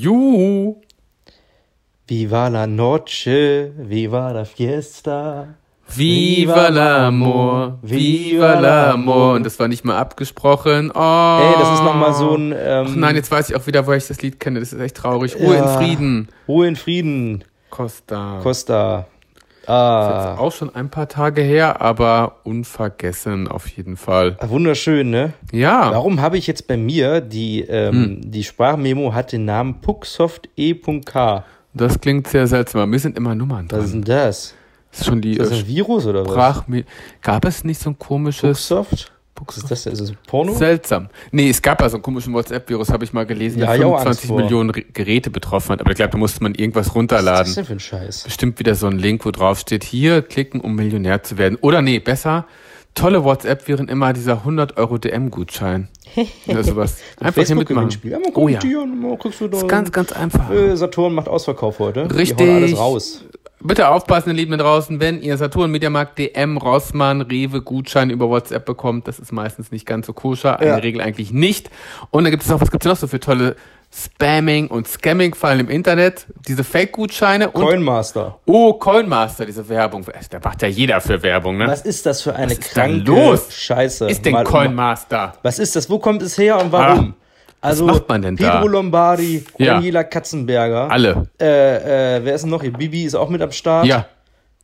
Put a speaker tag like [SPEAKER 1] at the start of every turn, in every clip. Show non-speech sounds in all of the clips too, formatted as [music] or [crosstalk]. [SPEAKER 1] Juhu!
[SPEAKER 2] Viva la noche, viva la fiesta.
[SPEAKER 1] Viva l'amor, viva l'amor. Und das war nicht mal abgesprochen. Oh.
[SPEAKER 2] Ey, das ist nochmal so ein
[SPEAKER 1] Ah. Ach
[SPEAKER 2] ähm,
[SPEAKER 1] nein, jetzt weiß ich auch wieder, woher ich das Lied kenne. Das ist echt traurig. Ruhe
[SPEAKER 2] Ja.
[SPEAKER 1] in Frieden.
[SPEAKER 2] Ruhe in Frieden,
[SPEAKER 1] Costa. Costa.
[SPEAKER 2] Costa.
[SPEAKER 1] Ist
[SPEAKER 2] Ah,
[SPEAKER 1] jetzt auch schon ein paar Tage her, aber unvergessen auf jeden Fall.
[SPEAKER 2] wunderschön, ne?
[SPEAKER 1] Ja.
[SPEAKER 2] Warum habe ich jetzt bei mir die, ähm,
[SPEAKER 1] Hm.
[SPEAKER 2] die Sprachmemo hat den Namen Pucksoft E E.K.
[SPEAKER 1] Das klingt sehr seltsam. Wir sind immer Nummern
[SPEAKER 2] Was ist
[SPEAKER 1] dran.
[SPEAKER 2] denn das?
[SPEAKER 1] Das ist schon die
[SPEAKER 2] Ist das ein Virus oder was?
[SPEAKER 1] Sprach. Gab es nicht so ein komisches.
[SPEAKER 2] Pucksoft? Was
[SPEAKER 1] Pucksoft?
[SPEAKER 2] ist das denn? Ist das Porno?
[SPEAKER 1] Seltsam. Nee, es gab ja so einen komischen WhatsApp-Virus, habe ich mal gelesen,
[SPEAKER 2] Ja,
[SPEAKER 1] der
[SPEAKER 2] ich auch Angst
[SPEAKER 1] 25
[SPEAKER 2] vor.
[SPEAKER 1] Millionen Re- Geräte betroffen hat. Aber ich glaube, da musste man irgendwas
[SPEAKER 2] Was ist das
[SPEAKER 1] runterladen.
[SPEAKER 2] denn für ein Scheiß?
[SPEAKER 1] Bestimmt wieder so ein Link, wo drauf steht, hier klicken, um Millionär zu werden. Oder nee, besser, tolle WhatsApp-Viren immer dieser
[SPEAKER 2] [laughs]
[SPEAKER 1] 100-Euro-DM-Gutschein. Oder sowas. Einfach hier mitmachen.
[SPEAKER 2] Facebook-Gewinnspiel. Ja, mal
[SPEAKER 1] Oh
[SPEAKER 2] guckst
[SPEAKER 1] ja,
[SPEAKER 2] du dir und mal guckst du da.
[SPEAKER 1] ist ganz, ganz einfach.
[SPEAKER 2] äh, Saturn macht Ausverkauf heute. Die
[SPEAKER 1] Richtig.
[SPEAKER 2] hauen alles raus.
[SPEAKER 1] Bitte aufpassen, ihr Lieben da draußen, wenn ihr Saturn Mediamarkt DM Rossmann Rewe Gutschein über WhatsApp bekommt, das ist meistens nicht ganz so koscher, eine
[SPEAKER 2] Ja.
[SPEAKER 1] Regel eigentlich nicht. Und dann gibt es noch, was gibt's noch so für tolle Spamming und Scamming Fallen im Internet, diese Fake Gutscheine und
[SPEAKER 2] Coinmaster.
[SPEAKER 1] oh Coinmaster, diese Werbung, Also, da macht ja jeder für Werbung, ne?
[SPEAKER 2] Was ist das für eine
[SPEAKER 1] ist da
[SPEAKER 2] kranke
[SPEAKER 1] los?
[SPEAKER 2] Scheiße?
[SPEAKER 1] ist denn
[SPEAKER 2] Mal-
[SPEAKER 1] Coinmaster?
[SPEAKER 2] Was ist das? Wo kommt es her und warum? also
[SPEAKER 1] Ah, macht man denn
[SPEAKER 2] Pedro
[SPEAKER 1] da?
[SPEAKER 2] Lombardi,
[SPEAKER 1] Ja.
[SPEAKER 2] Daniela Katzenberger.
[SPEAKER 1] Alle.
[SPEAKER 2] Äh, äh, wer ist denn noch hier? Bibi ist auch mit am Start.
[SPEAKER 1] Ja.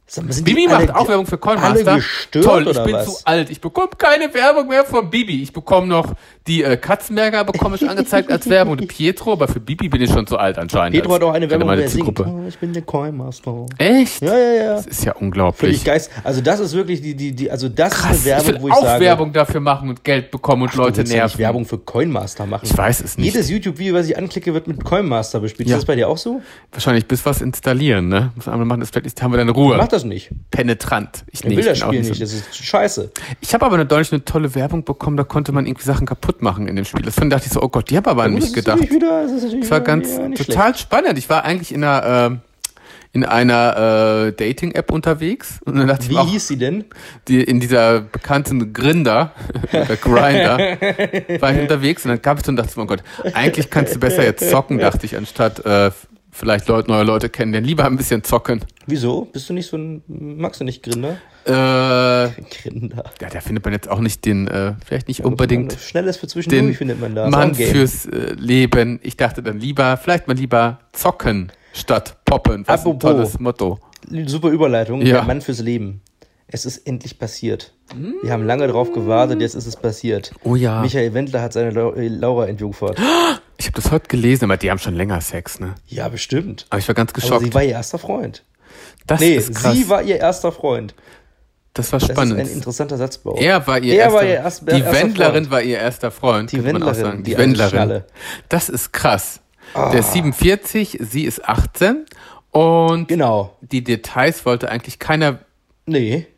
[SPEAKER 2] Sag mal, sind die
[SPEAKER 1] Bibi
[SPEAKER 2] alle
[SPEAKER 1] macht auch
[SPEAKER 2] ge-
[SPEAKER 1] Werbung für Coinmaster.
[SPEAKER 2] Alle gestört
[SPEAKER 1] Toll,
[SPEAKER 2] oder
[SPEAKER 1] ich bin
[SPEAKER 2] was?
[SPEAKER 1] zu alt. Ich bekomme keine Werbung mehr von Bibi. Ich bekomme noch die äh, Katzenberger bekomme ich angezeigt als Werbung. Die Pietro, aber für Bibi bin ich schon zu alt anscheinend.
[SPEAKER 2] Pedro
[SPEAKER 1] als,
[SPEAKER 2] hat auch eine Werbung,
[SPEAKER 1] meine
[SPEAKER 2] wo er singt.
[SPEAKER 1] Zielgruppe.
[SPEAKER 2] Oh, ich bin der Coinmaster.
[SPEAKER 1] Echt?
[SPEAKER 2] Ja, ja, ja.
[SPEAKER 1] Das ist ja
[SPEAKER 2] Völlig
[SPEAKER 1] unglaublich.
[SPEAKER 2] geist. Also das ist wirklich die, die, die, also das
[SPEAKER 1] Krass.
[SPEAKER 2] ist eine
[SPEAKER 1] Ich
[SPEAKER 2] Werbung,
[SPEAKER 1] will
[SPEAKER 2] wo ich
[SPEAKER 1] auch
[SPEAKER 2] sage,
[SPEAKER 1] Werbung dafür machen und Geld bekommen und
[SPEAKER 2] du
[SPEAKER 1] Leute
[SPEAKER 2] willst ja nicht
[SPEAKER 1] nerven.
[SPEAKER 2] Werbung für Coinmaster machen.
[SPEAKER 1] Ich weiß es nicht.
[SPEAKER 2] Jedes YouTube-Video, was ich anklicke, wird mit Coinmaster bespielt.
[SPEAKER 1] Ja.
[SPEAKER 2] Ist das bei dir auch so?
[SPEAKER 1] Wahrscheinlich bis was installieren, ne? Muss einmal machen, das vielleicht haben wir dann Ruhe.
[SPEAKER 2] Mach das nicht.
[SPEAKER 1] Penetrant. Ich, nee,
[SPEAKER 2] Ich will
[SPEAKER 1] ich
[SPEAKER 2] das
[SPEAKER 1] bin auch
[SPEAKER 2] Spiel
[SPEAKER 1] so-
[SPEAKER 2] nicht. Das ist scheiße.
[SPEAKER 1] Ich habe aber eine deutlich eine tolle Werbung bekommen, da konnte man irgendwie Sachen kaputt machen in dem Spiel. Das fand dachte ich so, oh Gott, die haben aber an
[SPEAKER 2] Gut,
[SPEAKER 1] mich
[SPEAKER 2] das ist
[SPEAKER 1] gedacht.
[SPEAKER 2] natürlich Wieder, das ist natürlich
[SPEAKER 1] Es war
[SPEAKER 2] wieder-
[SPEAKER 1] ganz
[SPEAKER 2] ja, nicht
[SPEAKER 1] total spannend. Ich war eigentlich in einer, äh, in einer äh, Dating-App unterwegs und dann dachte ich
[SPEAKER 2] schlecht. Wie
[SPEAKER 1] mir auch,
[SPEAKER 2] hieß sie denn?
[SPEAKER 1] die, in dieser bekannten
[SPEAKER 2] [laughs]
[SPEAKER 1] Grinder, oder Grinder, war ich unterwegs und dann gab es und dachte ich, mir, oh Gott, eigentlich kannst du besser jetzt zocken, dachte ich, anstatt äh, vielleicht Leute, neue Leute kennenlernen. Lieber ein bisschen zocken.
[SPEAKER 2] Wieso? Bist du nicht so ein. Magst du nicht Grinder?
[SPEAKER 1] Äh, ja,
[SPEAKER 2] Grinder.
[SPEAKER 1] da findet man jetzt auch nicht den, äh, vielleicht nicht
[SPEAKER 2] Muss
[SPEAKER 1] unbedingt
[SPEAKER 2] man- Schnelles für zwischendurch
[SPEAKER 1] den
[SPEAKER 2] findet man da. Ist auch ein
[SPEAKER 1] Mann
[SPEAKER 2] Game.
[SPEAKER 1] fürs äh, Leben. Ich dachte dann lieber, vielleicht mal lieber zocken statt poppen. Was ein
[SPEAKER 2] Apropos.
[SPEAKER 1] tolles Motto.
[SPEAKER 2] Super Überleitung.
[SPEAKER 1] Ja.
[SPEAKER 2] Der Mann fürs Leben. Es ist endlich passiert. Wir haben lange drauf gewartet, jetzt ist es passiert.
[SPEAKER 1] Oh ja.
[SPEAKER 2] Michael Wendler hat seine Lau- äh, Laura entjungfert.
[SPEAKER 1] Ich habe das heute gelesen, aber die haben schon länger Sex, ne?
[SPEAKER 2] Ja, bestimmt.
[SPEAKER 1] Aber ich war ganz
[SPEAKER 2] Aber sie
[SPEAKER 1] geschockt.
[SPEAKER 2] war ihr erster Freund.
[SPEAKER 1] Das
[SPEAKER 2] Nee,
[SPEAKER 1] ist krass.
[SPEAKER 2] sie war ihr erster Freund.
[SPEAKER 1] das war
[SPEAKER 2] Das ist ein
[SPEAKER 1] spannend.
[SPEAKER 2] interessanter Satzbau.
[SPEAKER 1] er war ihr
[SPEAKER 2] Er
[SPEAKER 1] erster,
[SPEAKER 2] war ihr erst-
[SPEAKER 1] Die
[SPEAKER 2] erster
[SPEAKER 1] Wendlerin
[SPEAKER 2] Freund.
[SPEAKER 1] war ihr erster Freund.
[SPEAKER 2] Die
[SPEAKER 1] könnte man auch
[SPEAKER 2] Wendlerin,
[SPEAKER 1] sagen.
[SPEAKER 2] die
[SPEAKER 1] Die
[SPEAKER 2] alte
[SPEAKER 1] Wendlerin.
[SPEAKER 2] Schnalle. Ah.
[SPEAKER 1] Das ist krass. Der ist 47, sie ist 18 und
[SPEAKER 2] Genau.
[SPEAKER 1] die Details wollte eigentlich keiner
[SPEAKER 2] Nee,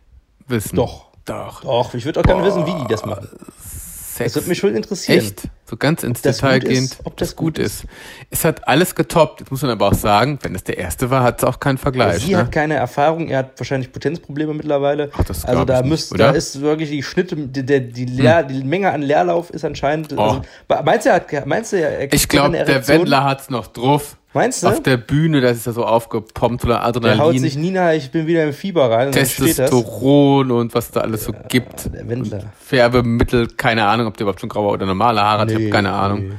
[SPEAKER 1] wissen.
[SPEAKER 2] Doch.
[SPEAKER 1] Doch.
[SPEAKER 2] doch. Ich würde auch gerne wissen, wie die das machen.
[SPEAKER 1] Sex.
[SPEAKER 2] Das würde mich schon interessieren.
[SPEAKER 1] Echt? So ganz ins
[SPEAKER 2] das
[SPEAKER 1] Detail
[SPEAKER 2] gut ist,
[SPEAKER 1] gehend,
[SPEAKER 2] ob das
[SPEAKER 1] es gut
[SPEAKER 2] gut
[SPEAKER 1] ist. Es hat alles getoppt. Jetzt muss man aber auch sagen, wenn es der erste war, hat es auch keinen Vergleich.
[SPEAKER 2] Also Sie
[SPEAKER 1] ne?
[SPEAKER 2] hat keine Erfahrung, er hat wahrscheinlich Potenzprobleme mittlerweile.
[SPEAKER 1] Ach, das
[SPEAKER 2] also
[SPEAKER 1] glaub
[SPEAKER 2] da
[SPEAKER 1] ich nicht,
[SPEAKER 2] müsst,
[SPEAKER 1] oder? Hm.
[SPEAKER 2] da ist wirklich die Schnitte, die, der- die, Leer, die Menge an Leerlauf ist anscheinend.
[SPEAKER 1] Oh.
[SPEAKER 2] Also, ba- meinst du, er hat, meinst du, er kriegt
[SPEAKER 1] ich glaube,
[SPEAKER 2] eine
[SPEAKER 1] der
[SPEAKER 2] Erektion?
[SPEAKER 1] Wendler hat's noch drauf.
[SPEAKER 2] Meinst du?
[SPEAKER 1] Auf der Bühne, das ist ja so aufgepompt oder
[SPEAKER 2] Der haut sich
[SPEAKER 1] Adrenalin,
[SPEAKER 2] Nina, ich bin wieder im Fieber rein. Und dann steht das.
[SPEAKER 1] Testosteron und was da alles so gibt.
[SPEAKER 2] Der Wendler.
[SPEAKER 1] Färbemittel, keine Ahnung, ob der überhaupt schon graue oder normale Haare hat, ich habe
[SPEAKER 2] Nee,
[SPEAKER 1] keine Ahnung.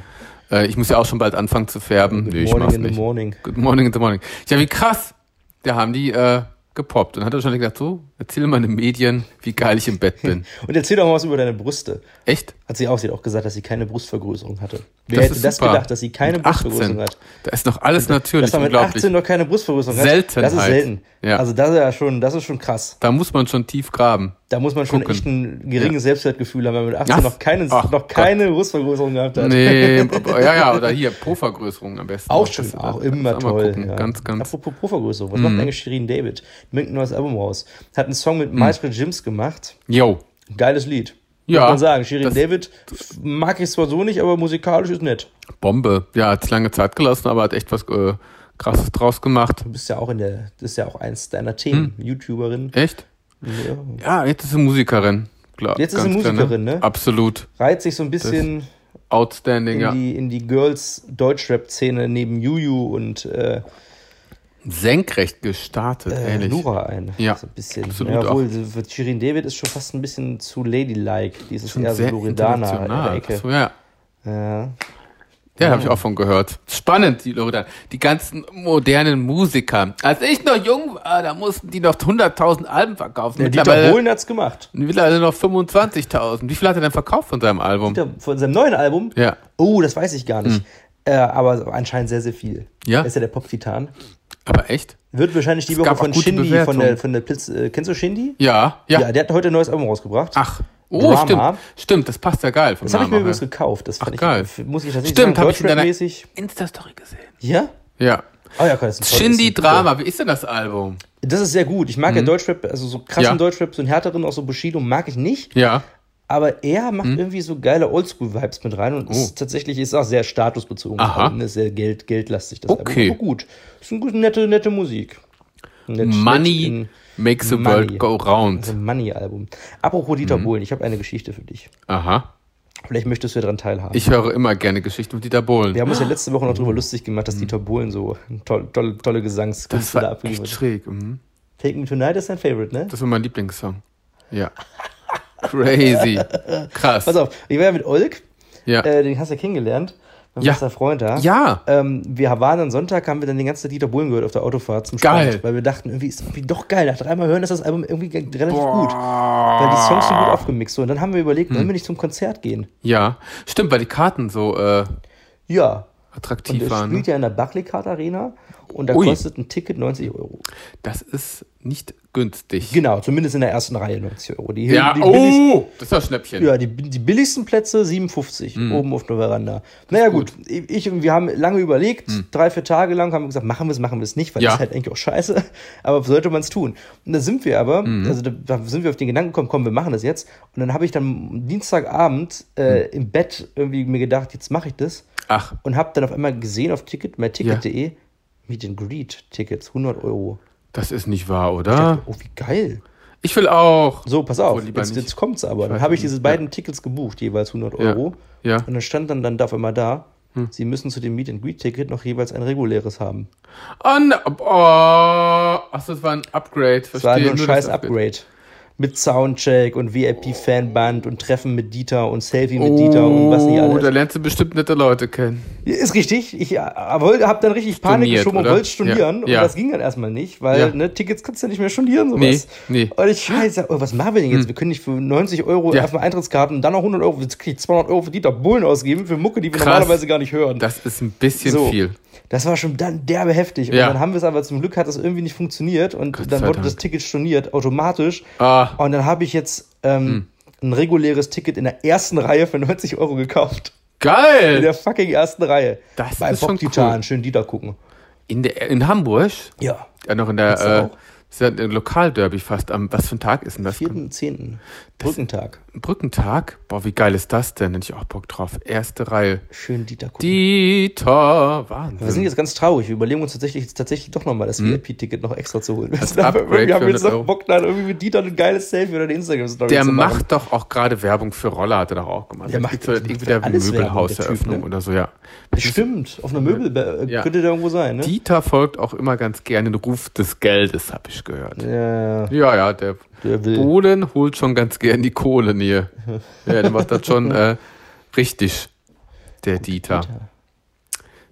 [SPEAKER 1] Äh, Ich muss ja auch schon bald anfangen zu färben. nee, ich
[SPEAKER 2] morning
[SPEAKER 1] mach's
[SPEAKER 2] in the
[SPEAKER 1] nicht.
[SPEAKER 2] morning.
[SPEAKER 1] Good morning in the morning. Ja, wie krass. Da haben die äh, gepoppt und hat wahrscheinlich gedacht, so, erzähl mal den Medien, wie geil ich im Bett bin.
[SPEAKER 2] Und erzähl doch mal was über deine Brüste.
[SPEAKER 1] Echt?
[SPEAKER 2] Hat sie auch, sie hat auch gesagt, dass sie keine Brustvergrößerung hatte.
[SPEAKER 1] Das
[SPEAKER 2] Wer hätte
[SPEAKER 1] ist
[SPEAKER 2] das
[SPEAKER 1] super.
[SPEAKER 2] gedacht, dass sie keine
[SPEAKER 1] Mit 18.
[SPEAKER 2] Brustvergrößerung hat?
[SPEAKER 1] Da ist noch alles natürlich,
[SPEAKER 2] Dass man mit
[SPEAKER 1] unglaublich.
[SPEAKER 2] 18 noch keine Brustvergrößerung hat. Das ist
[SPEAKER 1] Seltenheit.
[SPEAKER 2] selten.
[SPEAKER 1] Ja.
[SPEAKER 2] Also das ist ja schon, das ist schon krass.
[SPEAKER 1] Da muss man schon tief graben.
[SPEAKER 2] Da muss man schon
[SPEAKER 1] Gucken.
[SPEAKER 2] echt ein geringes Selbstwertgefühl haben, wenn man mit 18
[SPEAKER 1] Ach,
[SPEAKER 2] noch keine,
[SPEAKER 1] ach
[SPEAKER 2] noch keine Brustvergrößerung gehabt hat.
[SPEAKER 1] Nee, aber- ja, ja, oder hier, Po-Vergrößerung am besten.
[SPEAKER 2] [laughs] Auch
[SPEAKER 1] Das
[SPEAKER 2] schon,
[SPEAKER 1] ist-
[SPEAKER 2] auch
[SPEAKER 1] das
[SPEAKER 2] immer
[SPEAKER 1] mal
[SPEAKER 2] toll.
[SPEAKER 1] gucken.
[SPEAKER 2] ja.
[SPEAKER 1] Ganz, Mhm. ganz.
[SPEAKER 2] Apropos Puffergrößerung, was macht eigentlich Shirin David? Die bringt ein neues Album raus. Hat einen Song
[SPEAKER 1] Mhm.
[SPEAKER 2] mit Michael Jims gemacht.
[SPEAKER 1] Yo.
[SPEAKER 2] Geiles Lied.
[SPEAKER 1] Ja,
[SPEAKER 2] Muss man sagen, Shirin
[SPEAKER 1] das-
[SPEAKER 2] David f- mag ich zwar so nicht, aber musikalisch ist nett.
[SPEAKER 1] Bombe. Ja, hat lange Zeit gelassen, aber hat echt was äh, Krasses draus gemacht.
[SPEAKER 2] Du bist ja auch in der, das ist ja auch eins deiner Themen.
[SPEAKER 1] Mhm.
[SPEAKER 2] YouTuberin.
[SPEAKER 1] Echt?
[SPEAKER 2] Ja.
[SPEAKER 1] Ja, jetzt ist sie Musikerin. Klar,
[SPEAKER 2] Jetzt ist sie
[SPEAKER 1] ganz klar,
[SPEAKER 2] Musikerin, ne?
[SPEAKER 1] Absolut.
[SPEAKER 2] Reiht sich so ein bisschen
[SPEAKER 1] Outstanding,
[SPEAKER 2] in,
[SPEAKER 1] ja.
[SPEAKER 2] die, in die Girls Deutschrap-Szene neben Juju und äh,
[SPEAKER 1] Senkrecht gestartet,
[SPEAKER 2] äh,
[SPEAKER 1] ehrlich.
[SPEAKER 2] Nura ein.
[SPEAKER 1] Ja,
[SPEAKER 2] so ein bisschen.
[SPEAKER 1] absolut
[SPEAKER 2] ja, obwohl, sie- Shirin David ist schon fast ein bisschen zu ladylike. Die ist
[SPEAKER 1] Schon
[SPEAKER 2] eher so
[SPEAKER 1] sehr
[SPEAKER 2] Loredana in der
[SPEAKER 1] international.
[SPEAKER 2] Ecke.
[SPEAKER 1] Achso, ja.
[SPEAKER 2] Ja.
[SPEAKER 1] Ja, habe ich auch von gehört. Spannend, die Loredana. Die ganzen modernen Musiker. Als ich noch jung war, da mussten die noch 100.000 Alben verkaufen.
[SPEAKER 2] Ja, Dieter
[SPEAKER 1] mittlerweile,
[SPEAKER 2] Bohlen hat's gemacht.
[SPEAKER 1] mittlerweile noch 25.000. Wie viel hat er denn verkauft von seinem Album?
[SPEAKER 2] Dieter, von seinem neuen Album.
[SPEAKER 1] Ja. Hm.
[SPEAKER 2] Oh, das weiß ich gar nicht. Äh, aber anscheinend sehr, sehr viel.
[SPEAKER 1] Ja.
[SPEAKER 2] Er Ist ja der Pop-Titan.
[SPEAKER 1] Aber echt?
[SPEAKER 2] Wird wahrscheinlich die Woche
[SPEAKER 1] gab auch
[SPEAKER 2] von
[SPEAKER 1] gute
[SPEAKER 2] Shindy, von
[SPEAKER 1] Bewertungen.
[SPEAKER 2] der, von der Blitz, äh, kennst du Shindy?
[SPEAKER 1] Ja, ja.
[SPEAKER 2] der hat heute ein neues Album rausgebracht.
[SPEAKER 1] Ach. Oh,
[SPEAKER 2] Drama.
[SPEAKER 1] stimmt. Stimmt, das passt ja geil. Vom
[SPEAKER 2] Das habe ich
[SPEAKER 1] Namen
[SPEAKER 2] mir
[SPEAKER 1] auch her.
[SPEAKER 2] übrigens gekauft. Das fand ich,
[SPEAKER 1] geil.
[SPEAKER 2] muss ich tatsächlich
[SPEAKER 1] Stimmt,
[SPEAKER 2] sagen,
[SPEAKER 1] hab ich in deiner-
[SPEAKER 2] Deutschrap-mäßig.
[SPEAKER 1] Insta-Story gesehen.
[SPEAKER 2] Ja?
[SPEAKER 1] Ja.
[SPEAKER 2] Oh ja, komm, das ist ein tolles-
[SPEAKER 1] Shindy Drama, wie ist denn das Album?
[SPEAKER 2] Das ist sehr gut. Ich mag ja Deutschrap, also so krassen
[SPEAKER 1] Ja.
[SPEAKER 2] Deutschrap, so einen härteren, auch so Bushido mag ich nicht.
[SPEAKER 1] Ja. Mhm.
[SPEAKER 2] Aber er macht irgendwie so geile Oldschool-Vibes mit rein und ist tatsächlich ist auch sehr statusbezogen.
[SPEAKER 1] Oh. Aha.
[SPEAKER 2] Und ist sehr Geld, geldlastig. Das
[SPEAKER 1] Okay.
[SPEAKER 2] Album. Aber gut. Ist eine gute, nette, nette Musik. Nett,
[SPEAKER 1] Money
[SPEAKER 2] nett
[SPEAKER 1] makes the
[SPEAKER 2] Money. Also
[SPEAKER 1] world go round.
[SPEAKER 2] in- Money-Album. Apropos Dieter
[SPEAKER 1] Mhm.
[SPEAKER 2] Bohlen, ich habe eine Geschichte für dich.
[SPEAKER 1] Aha.
[SPEAKER 2] Vielleicht möchtest du daran teilhaben.
[SPEAKER 1] Ich Ah. höre immer gerne Geschichten mit Dieter Bohlen.
[SPEAKER 2] Wir haben uns ja letzte Woche noch darüber lustig gemacht, dass Dieter Bohlen so tolle, tolle, tolle
[SPEAKER 1] Mhm. das
[SPEAKER 2] Gesangskünstler
[SPEAKER 1] war
[SPEAKER 2] abgeliefert
[SPEAKER 1] echt
[SPEAKER 2] hat.
[SPEAKER 1] schräg. Mhm.
[SPEAKER 2] Take Me Tonight ist dein Favorite, ne?
[SPEAKER 1] Das war mein Lieblingssong. Ja. Crazy. Krass.
[SPEAKER 2] Pass auf, ich war ja mit Olk,
[SPEAKER 1] Ja.
[SPEAKER 2] äh, den hast du ja kennengelernt, mein
[SPEAKER 1] Ja.
[SPEAKER 2] bester Freund da.
[SPEAKER 1] Ja.
[SPEAKER 2] Ähm, wir waren am Sonntag, haben wir dann den ganzen Tag Dieter Bohlen gehört auf der Autofahrt zum
[SPEAKER 1] Geil.
[SPEAKER 2] Strand, weil wir dachten, irgendwie ist irgendwie doch geil. Nach dreimal hören ist das Album irgendwie g- relativ gut. Weil
[SPEAKER 1] Weil
[SPEAKER 2] die Songs sind gut aufgemixt. So. Und dann haben wir überlegt,
[SPEAKER 1] Hm.
[SPEAKER 2] wollen wir nicht zum Konzert gehen?
[SPEAKER 1] Ja. Stimmt, weil die Karten so äh,
[SPEAKER 2] Ja. Und
[SPEAKER 1] attraktiv
[SPEAKER 2] er
[SPEAKER 1] waren.
[SPEAKER 2] spielt
[SPEAKER 1] ne?
[SPEAKER 2] ja in der Barclaycard Arena und da
[SPEAKER 1] Ui.
[SPEAKER 2] kostet ein Ticket 90 Euro.
[SPEAKER 1] Das ist nicht günstig.
[SPEAKER 2] Genau, zumindest in der ersten Reihe 90 Euro. Die,
[SPEAKER 1] ja.
[SPEAKER 2] die billigsten-
[SPEAKER 1] Oh, das ist ja Schnäppchen.
[SPEAKER 2] Ja, die, die billigsten Plätze 57 oben auf der Veranda. Naja, gut. Ich und wir haben lange überlegt, drei, vier Tage lang haben wir gesagt, machen wir es, machen wir es nicht, weil
[SPEAKER 1] Ja.
[SPEAKER 2] das ist halt eigentlich auch scheiße. [laughs] Aber sollte man es tun? Und da sind wir aber, also da, da sind wir auf den Gedanken gekommen, komm, wir machen das jetzt. Und dann habe ich dann Dienstagabend äh, im Bett irgendwie mir gedacht, jetzt mache ich das.
[SPEAKER 1] Ach.
[SPEAKER 2] Und habe dann auf einmal gesehen auf Ticket, myticket.de, E, Meet and Greet Tickets, 100 Euro.
[SPEAKER 1] Das ist nicht wahr, oder?
[SPEAKER 2] Oh, wie geil.
[SPEAKER 1] Ich will auch.
[SPEAKER 2] So, pass auf,
[SPEAKER 1] Obwohl, lieber
[SPEAKER 2] jetzt,
[SPEAKER 1] nicht.
[SPEAKER 2] jetzt kommt's aber. Dann
[SPEAKER 1] weiß
[SPEAKER 2] habe ich
[SPEAKER 1] nicht.
[SPEAKER 2] diese beiden Tickets gebucht, jeweils 100
[SPEAKER 1] Ja.
[SPEAKER 2] Euro.
[SPEAKER 1] Ja. Hm.
[SPEAKER 2] Und dann stand dann, dann darf immer da, Sie müssen zu dem Meet and Greet Ticket noch jeweils ein reguläres haben.
[SPEAKER 1] Oh, ne, oh, achso, das war ein Upgrade. Verstehe.
[SPEAKER 2] Das war nur ein
[SPEAKER 1] das
[SPEAKER 2] scheiß Upgrade. Mit Soundcheck und VIP-Fanband und Treffen mit Dieter und Selfie mit
[SPEAKER 1] Oh,
[SPEAKER 2] Dieter und was nicht
[SPEAKER 1] da
[SPEAKER 2] alles.
[SPEAKER 1] lernst du bestimmt nette Leute kennen.
[SPEAKER 2] Ist richtig. Ich habe dann richtig Panik
[SPEAKER 1] Storniert,
[SPEAKER 2] geschoben und
[SPEAKER 1] oder?
[SPEAKER 2] wollte stornieren.
[SPEAKER 1] Ja.
[SPEAKER 2] Und
[SPEAKER 1] Ja.
[SPEAKER 2] das ging dann erstmal nicht, weil
[SPEAKER 1] Ja.
[SPEAKER 2] ne, Tickets kannst du ja nicht mehr stornieren. Sowas.
[SPEAKER 1] Nee, nee. Hm.
[SPEAKER 2] Und ich scheiße, oh, was machen wir denn jetzt? Wir können nicht für 90 Euro
[SPEAKER 1] Ja.
[SPEAKER 2] erstmal Eintrittskarten und dann noch 100 Euro, jetzt krieg ich 200 Euro für Dieter Bohlen ausgeben für Mucke, die wir
[SPEAKER 1] Krass.
[SPEAKER 2] normalerweise gar nicht hören.
[SPEAKER 1] Das ist ein bisschen
[SPEAKER 2] So.
[SPEAKER 1] viel.
[SPEAKER 2] Das war schon dann derbe heftig. Und
[SPEAKER 1] Ja.
[SPEAKER 2] dann haben wir es aber zum Glück hat das irgendwie nicht funktioniert und dann
[SPEAKER 1] sei
[SPEAKER 2] wurde
[SPEAKER 1] Dank.
[SPEAKER 2] das Ticket storniert automatisch.
[SPEAKER 1] Ah. Hm.
[SPEAKER 2] Und dann habe ich jetzt ähm, ein reguläres Ticket in der ersten Reihe für 90 Euro gekauft. In
[SPEAKER 1] Geil!
[SPEAKER 2] der fucking ersten Reihe.
[SPEAKER 1] Das
[SPEAKER 2] Bei
[SPEAKER 1] ist schon
[SPEAKER 2] Titan.
[SPEAKER 1] cool.
[SPEAKER 2] Schön Dieter gucken.
[SPEAKER 1] In, der, in Hamburg?
[SPEAKER 2] Ja.
[SPEAKER 1] Ja, noch in
[SPEAKER 2] Gibt's da
[SPEAKER 1] der äh,
[SPEAKER 2] auch?
[SPEAKER 1] ist ja ein Lokalderby fast. Am, was für ein Tag ist denn das?
[SPEAKER 2] 4.10. Brückentag.
[SPEAKER 1] Brückentag? Boah, wie geil ist das denn? Hätte ich auch Bock drauf. Erste Reihe.
[SPEAKER 2] Schön Dieter gucken.
[SPEAKER 1] Dieter,
[SPEAKER 2] wir sind
[SPEAKER 1] Wahnsinn.
[SPEAKER 2] jetzt ganz traurig. Wir überlegen uns tatsächlich, jetzt tatsächlich doch nochmal das VIP-Ticket noch extra zu holen. Das
[SPEAKER 1] Hm. Upgrade
[SPEAKER 2] [laughs] wir haben
[SPEAKER 1] für 100
[SPEAKER 2] jetzt noch
[SPEAKER 1] Euro.
[SPEAKER 2] Bock, dann irgendwie mit Dieter ein geiles Selfie oder eine Instagram-Story
[SPEAKER 1] Der
[SPEAKER 2] zu machen.
[SPEAKER 1] macht doch auch gerade Werbung für Roller, hat er doch auch gemacht.
[SPEAKER 2] Der
[SPEAKER 1] Jetzt
[SPEAKER 2] macht-
[SPEAKER 1] gibt's doch
[SPEAKER 2] der macht
[SPEAKER 1] irgendwie
[SPEAKER 2] für
[SPEAKER 1] der
[SPEAKER 2] alles Werbung, der
[SPEAKER 1] Möbelhauseröffnung
[SPEAKER 2] Typ, ne?
[SPEAKER 1] oder so, ja.
[SPEAKER 2] Stimmt, auf einer Möbel äh,
[SPEAKER 1] Ja.
[SPEAKER 2] könnte der irgendwo sein, ne?
[SPEAKER 1] Dieter folgt auch immer ganz gerne den Ruf des Geldes, habe ich gehört.
[SPEAKER 2] Ja,
[SPEAKER 1] Ja, ja, der
[SPEAKER 2] der will.
[SPEAKER 1] Bohlen holt schon ganz gern die Kohle
[SPEAKER 2] [laughs]
[SPEAKER 1] hier. Ja, der macht das schon äh, richtig, der Dieter.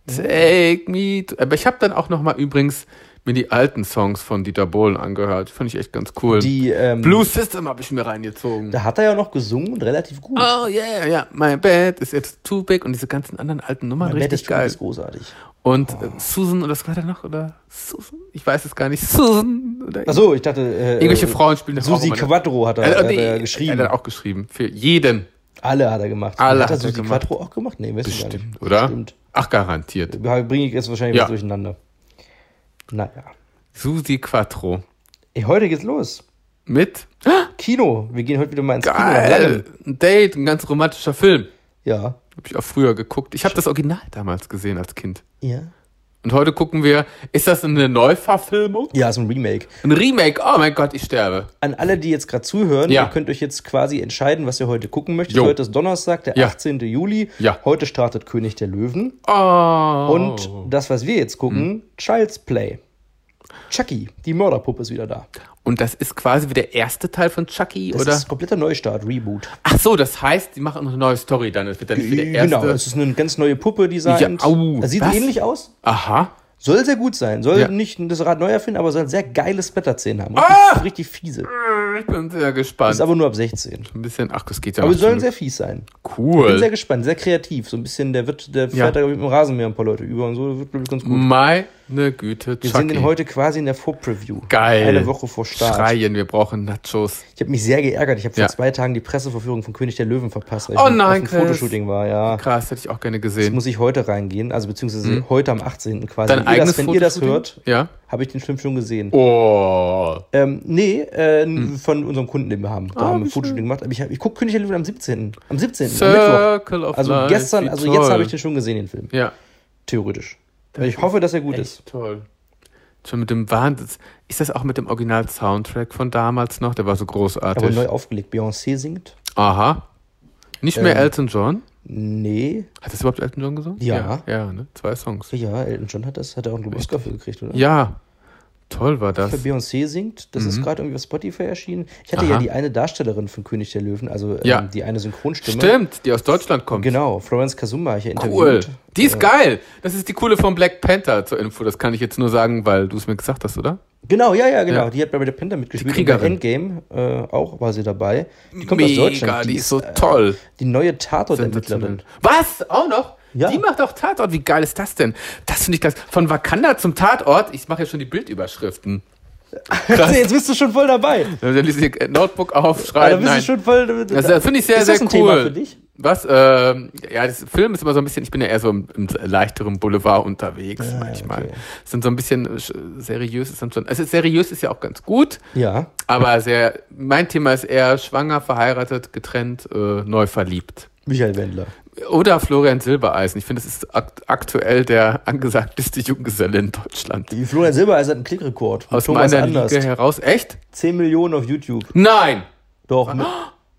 [SPEAKER 1] Take me. To Aber ich habe dann auch noch mal übrigens mir die alten Songs von Dieter Bohlen angehört. Fand ich echt ganz cool.
[SPEAKER 2] Die, ähm,
[SPEAKER 1] Blue System habe ich mir reingezogen.
[SPEAKER 2] Da hat er ja noch gesungen und relativ gut.
[SPEAKER 1] Oh yeah, yeah, my bed is jetzt too big und diese ganzen anderen alten Nummern
[SPEAKER 2] Bad
[SPEAKER 1] richtig
[SPEAKER 2] is Oh. Good
[SPEAKER 1] geil.
[SPEAKER 2] ist großartig.
[SPEAKER 1] Und äh, Susan oder was war da noch oder Susan? Ich weiß es gar nicht. Susan oder
[SPEAKER 2] Achso, ich dachte, äh,
[SPEAKER 1] irgendwelche
[SPEAKER 2] äh,
[SPEAKER 1] Frauen spielen das
[SPEAKER 2] Susi
[SPEAKER 1] auch immer.
[SPEAKER 2] Quattro hat er,
[SPEAKER 1] Äh,
[SPEAKER 2] hat
[SPEAKER 1] nee,
[SPEAKER 2] er
[SPEAKER 1] Er
[SPEAKER 2] geschrieben.
[SPEAKER 1] hat auch geschrieben. Für jeden
[SPEAKER 2] Alle hat er gemacht.
[SPEAKER 1] Alle
[SPEAKER 2] hat er
[SPEAKER 1] hat er
[SPEAKER 2] Susi
[SPEAKER 1] gemacht.
[SPEAKER 2] Quattro auch gemacht? Nee, weiß ich gar
[SPEAKER 1] bestimmt,
[SPEAKER 2] nicht.
[SPEAKER 1] oder?
[SPEAKER 2] Stimmt.
[SPEAKER 1] Ach, garantiert.
[SPEAKER 2] Bringe ich jetzt wahrscheinlich
[SPEAKER 1] Ja.
[SPEAKER 2] was durcheinander. Naja.
[SPEAKER 1] Susi Quattro.
[SPEAKER 2] Ey, heute geht's los.
[SPEAKER 1] Mit
[SPEAKER 2] Ah, Kino. Wir gehen heute wieder mal ins Kino. nach
[SPEAKER 1] geil,
[SPEAKER 2] langem.
[SPEAKER 1] ein Date, ein ganz romantischer Film.
[SPEAKER 2] Ja.
[SPEAKER 1] Habe ich auch früher geguckt. Ich habe das Original damals gesehen als Kind.
[SPEAKER 2] Ja.
[SPEAKER 1] Und Und heute gucken wir, ist das eine Neuverfilmung?
[SPEAKER 2] Ja, ist ein Remake.
[SPEAKER 1] Ein Remake? Oh mein Gott, ich sterbe.
[SPEAKER 2] An alle, die jetzt gerade zuhören,
[SPEAKER 1] Ja.
[SPEAKER 2] ihr könnt euch jetzt quasi entscheiden, was ihr heute gucken möchtet.
[SPEAKER 1] Jo.
[SPEAKER 2] Heute ist Donnerstag, der
[SPEAKER 1] Ja.
[SPEAKER 2] 18. Juli.
[SPEAKER 1] Ja.
[SPEAKER 2] Heute startet König der Löwen.
[SPEAKER 1] Oh. Hm.
[SPEAKER 2] Und das, was wir jetzt gucken, Child's Play. Chucky, die Mörderpuppe ist wieder da.
[SPEAKER 1] Und das ist quasi wie der erste Teil von Chucky,
[SPEAKER 2] Das
[SPEAKER 1] oder?
[SPEAKER 2] ist kompletter Neustart, Reboot.
[SPEAKER 1] Ach so, das heißt, die machen noch eine neue Story dann. Es wird dann nicht wie der erste.
[SPEAKER 2] Genau, es ist eine ganz neue Puppe designt.
[SPEAKER 1] Ja, au,
[SPEAKER 2] das sieht
[SPEAKER 1] was?
[SPEAKER 2] ähnlich aus.
[SPEAKER 1] Aha.
[SPEAKER 2] Soll sehr gut sein. Soll
[SPEAKER 1] Ja.
[SPEAKER 2] nicht das Rad neu erfinden, aber soll sehr geile Splatter-Szenen haben. Richtig,
[SPEAKER 1] Ah!
[SPEAKER 2] richtig fiese.
[SPEAKER 1] Ich bin sehr
[SPEAKER 2] Ist
[SPEAKER 1] gespannt.
[SPEAKER 2] aber nur ab 16.
[SPEAKER 1] Ein bisschen, ach, das geht ja
[SPEAKER 2] Aber
[SPEAKER 1] noch
[SPEAKER 2] sie sollen
[SPEAKER 1] schon-
[SPEAKER 2] sehr fies sein. Bin sehr
[SPEAKER 1] cool.
[SPEAKER 2] gespannt, sehr kreativ. So ein bisschen, der wird, der fährt da mit dem Rasenmäher ein paar Leute über und so, wird bestimmt ganz
[SPEAKER 1] Mm,
[SPEAKER 2] gut.
[SPEAKER 1] Meine Güte,
[SPEAKER 2] Wir sehen den heute quasi in der Vor-Preview.
[SPEAKER 1] Geil.
[SPEAKER 2] Eine Woche vor Start.
[SPEAKER 1] Schreien, wir brauchen Nachos.
[SPEAKER 2] Ich habe mich sehr geärgert. Ich habe vor
[SPEAKER 1] Ja.
[SPEAKER 2] zwei Tagen die Presseverführung von König der Löwen verpasst, weil ich
[SPEAKER 1] Oh
[SPEAKER 2] auf
[SPEAKER 1] nein,
[SPEAKER 2] dem
[SPEAKER 1] Chris.
[SPEAKER 2] Fotoshooting war, ja.
[SPEAKER 1] Krass, hätte ich auch gerne
[SPEAKER 2] Jetzt
[SPEAKER 1] gesehen.
[SPEAKER 2] muss ich heute reingehen, also beziehungsweise heute am 18. quasi.
[SPEAKER 1] Mhm. Dein
[SPEAKER 2] wenn ihr das,
[SPEAKER 1] eigenes
[SPEAKER 2] wenn ihr das
[SPEAKER 1] Fotoshooting?
[SPEAKER 2] hört,
[SPEAKER 1] Ja.
[SPEAKER 2] habe ich den Film schon gesehen.
[SPEAKER 1] Oh.
[SPEAKER 2] Ähm, nee, äh,
[SPEAKER 1] Hm.
[SPEAKER 2] von unserem Kunden, den wir haben. Da haben wir ein Fotoshooting gemacht. Aber ich, hab- ich gucke König der Löwen am 17. Am 17. am Mittwoch.
[SPEAKER 1] Circle of
[SPEAKER 2] Also
[SPEAKER 1] Life.
[SPEAKER 2] gestern,
[SPEAKER 1] wie
[SPEAKER 2] also jetzt
[SPEAKER 1] toll.
[SPEAKER 2] habe ich den schon gesehen, den Film.
[SPEAKER 1] Ja.
[SPEAKER 2] Theoretisch. ich hoffe, dass er gut ist.
[SPEAKER 1] Echt toll. Schon mit dem Wahnsinn. Ist das auch mit dem Original-Soundtrack von damals noch? Der war so
[SPEAKER 2] Aber
[SPEAKER 1] großartig.
[SPEAKER 2] neu aufgelegt. Beyoncé singt?
[SPEAKER 1] Aha. Nicht
[SPEAKER 2] Ähm.
[SPEAKER 1] mehr Elton John?
[SPEAKER 2] Nee.
[SPEAKER 1] Hat das überhaupt Elton John gesungen?
[SPEAKER 2] Ja.
[SPEAKER 1] Ja, ja ne? Zwei Songs.
[SPEAKER 2] Ja, Elton John hat das. Hat er auch einen Oscar für gekriegt, oder?
[SPEAKER 1] Ja. Toll war das.
[SPEAKER 2] Für Beyoncé singt. Das ist gerade irgendwie auf Spotify erschienen. Ich hatte
[SPEAKER 1] Mhm. Aha.
[SPEAKER 2] ja die eine Darstellerin von König der Löwen, also ähm,
[SPEAKER 1] Ja.
[SPEAKER 2] die eine Synchronstimme.
[SPEAKER 1] Stimmt, die aus Deutschland kommt.
[SPEAKER 2] Genau, Florence Kasuma habe ich ja
[SPEAKER 1] Cool.
[SPEAKER 2] interviewt.
[SPEAKER 1] Die ist geil. Das ist die coole von Black Panther zur Info. Das kann ich jetzt nur sagen, weil du es mir gesagt hast, oder?
[SPEAKER 2] Genau, ja, ja, genau.
[SPEAKER 1] Ja.
[SPEAKER 2] Die hat bei Red Panther mitgespielt.
[SPEAKER 1] Die Kriegerin.
[SPEAKER 2] Und bei Endgame äh, auch war sie dabei. Die äh, kommt aus
[SPEAKER 1] Mega,
[SPEAKER 2] Deutschland.
[SPEAKER 1] die ist so toll.
[SPEAKER 2] Die neue
[SPEAKER 1] Sensationell.
[SPEAKER 2] Tatort-Ermittlerin.
[SPEAKER 1] Was? Auch noch?
[SPEAKER 2] Ja.
[SPEAKER 1] Die macht auch Tatort. Wie geil ist das denn? Das finde ich klasse. Von Wakanda zum Tatort. Ich mache ja schon die Bildüberschriften.
[SPEAKER 2] [laughs] Jetzt bist du schon voll dabei.
[SPEAKER 1] Dann liest ich ihr Notebook auf,
[SPEAKER 2] Ah, da
[SPEAKER 1] schreiben.
[SPEAKER 2] bist du
[SPEAKER 1] Nein.
[SPEAKER 2] schon voll.
[SPEAKER 1] Also, das finde ich sehr,
[SPEAKER 2] ist das
[SPEAKER 1] sehr
[SPEAKER 2] ein
[SPEAKER 1] cool.
[SPEAKER 2] Thema für dich?
[SPEAKER 1] Was? Ähm, ja, das Film ist immer so ein bisschen, ich bin ja eher so im, im leichteren Boulevard unterwegs manchmal.
[SPEAKER 2] Ah, okay.
[SPEAKER 1] Es sind so ein bisschen äh, sch- seriös ist dann schon. Also seriös ist ja auch ganz gut,
[SPEAKER 2] Ja.
[SPEAKER 1] aber sehr mein Thema ist eher schwanger, verheiratet, getrennt, äh, neu verliebt.
[SPEAKER 2] Michael Wendler.
[SPEAKER 1] Oder Florian Silbereisen. Ich finde, das ist akt aktuell der angesagteste Junggeselle in Deutschland.
[SPEAKER 2] Die Florian Silbereisen hat einen Klickrekord. Mit
[SPEAKER 1] Aus
[SPEAKER 2] Thomas
[SPEAKER 1] meiner
[SPEAKER 2] Anders.
[SPEAKER 1] Liga heraus. Echt?
[SPEAKER 2] 10 Millionen auf YouTube.
[SPEAKER 1] Nein!
[SPEAKER 2] Doch. mit-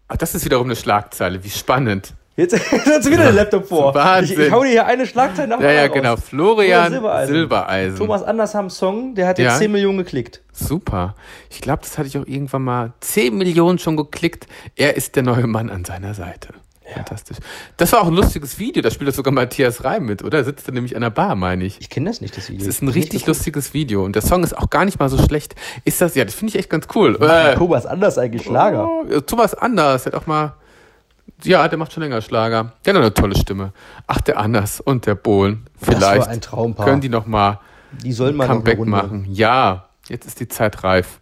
[SPEAKER 1] Ach, das ist wiederum eine Schlagzeile. Wie spannend.
[SPEAKER 2] Jetzt [laughs] hat wieder den Laptop vor.
[SPEAKER 1] Wahnsinn.
[SPEAKER 2] Ich, ich hau dir hier eine Schlagzeile nach
[SPEAKER 1] Ja, ja,
[SPEAKER 2] der anderen
[SPEAKER 1] genau.
[SPEAKER 2] raus.
[SPEAKER 1] Florian
[SPEAKER 2] Silbereisen.
[SPEAKER 1] Silbereisen.
[SPEAKER 2] Thomas Anders haben einen Song, der hat jetzt
[SPEAKER 1] Ja.
[SPEAKER 2] 10 Millionen geklickt.
[SPEAKER 1] Super. Ich glaube, das hatte ich auch irgendwann mal 10 Millionen schon geklickt. Er ist der neue Mann an seiner Seite. Fantastisch. Das war auch ein lustiges Video. Da spielt das sogar Matthias Reim mit, oder? Da sitzt er nämlich an der Bar, meine ich.
[SPEAKER 2] Ich kenne das nicht, das Video.
[SPEAKER 1] Das ist ein
[SPEAKER 2] Nicht
[SPEAKER 1] richtig
[SPEAKER 2] geguckt.
[SPEAKER 1] lustiges Video. Und der Song ist auch gar nicht mal so schlecht. Ist das, ja, das finde ich echt ganz cool. Äh,
[SPEAKER 2] Thomas Anders eigentlich Schlager.
[SPEAKER 1] oh, Thomas Anders hat auch mal. Ja, der macht schon länger Schlager. Der hat auch eine tolle Stimme. Ach, der Anders und der Bohlen.
[SPEAKER 2] war
[SPEAKER 1] Vielleicht
[SPEAKER 2] ein Traumpaar.
[SPEAKER 1] können die noch mal
[SPEAKER 2] Die sollen mal
[SPEAKER 1] Comeback
[SPEAKER 2] noch eine Runde.
[SPEAKER 1] machen. Ja, jetzt ist die Zeit reif.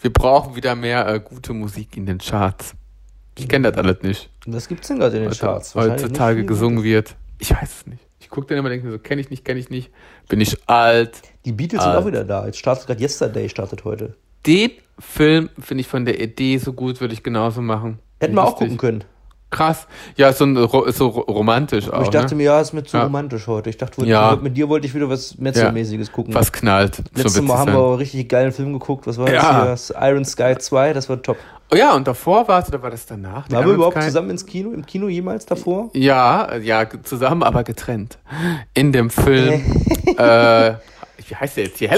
[SPEAKER 1] Wir brauchen wieder mehr äh, gute Musik in den Charts. Ich kenne das alles nicht.
[SPEAKER 2] Was gibt's denn gerade in den Charts? Wahrscheinlich
[SPEAKER 1] Heutzutage
[SPEAKER 2] nicht viel. ne?
[SPEAKER 1] gesungen wird. Ich weiß es nicht. Ich gucke dann immer und denke mir so, kenne ich nicht, kenne ich nicht. Bin ich alt.
[SPEAKER 2] Die Beatles
[SPEAKER 1] Alt.
[SPEAKER 2] sind auch wieder da. Jetzt startet gerade Yesterday, startet heute.
[SPEAKER 1] Den Film finde ich von der Idee so gut, würde ich genauso machen.
[SPEAKER 2] Hätten wir auch
[SPEAKER 1] Lustig.
[SPEAKER 2] gucken können.
[SPEAKER 1] Krass. Ja, ist so, ein, ro- ist so ro- romantisch
[SPEAKER 2] Aber
[SPEAKER 1] auch.
[SPEAKER 2] ich dachte
[SPEAKER 1] ne?
[SPEAKER 2] mir, ja, ist mir zu
[SPEAKER 1] Ja.
[SPEAKER 2] romantisch heute. Ich dachte, wollte-
[SPEAKER 1] Ja.
[SPEAKER 2] wollte- mit dir wollte ich wieder was Metzelmäßiges gucken.
[SPEAKER 1] Was knallt. So
[SPEAKER 2] Letztes
[SPEAKER 1] wird's
[SPEAKER 2] Mal haben
[SPEAKER 1] sein.
[SPEAKER 2] wir einen richtig geilen Film geguckt. Was war
[SPEAKER 1] Ja.
[SPEAKER 2] das hier? Das Iron Sky 2, das war top.
[SPEAKER 1] Oh ja, und davor war es, oder war das danach?
[SPEAKER 2] Waren wir überhaupt
[SPEAKER 1] zusammen?
[SPEAKER 2] zusammen ins Kino? Im Kino jemals davor?
[SPEAKER 1] Ja, ja, ge- zusammen, aber getrennt. In dem Film, äh, [laughs] wie heißt der jetzt hier?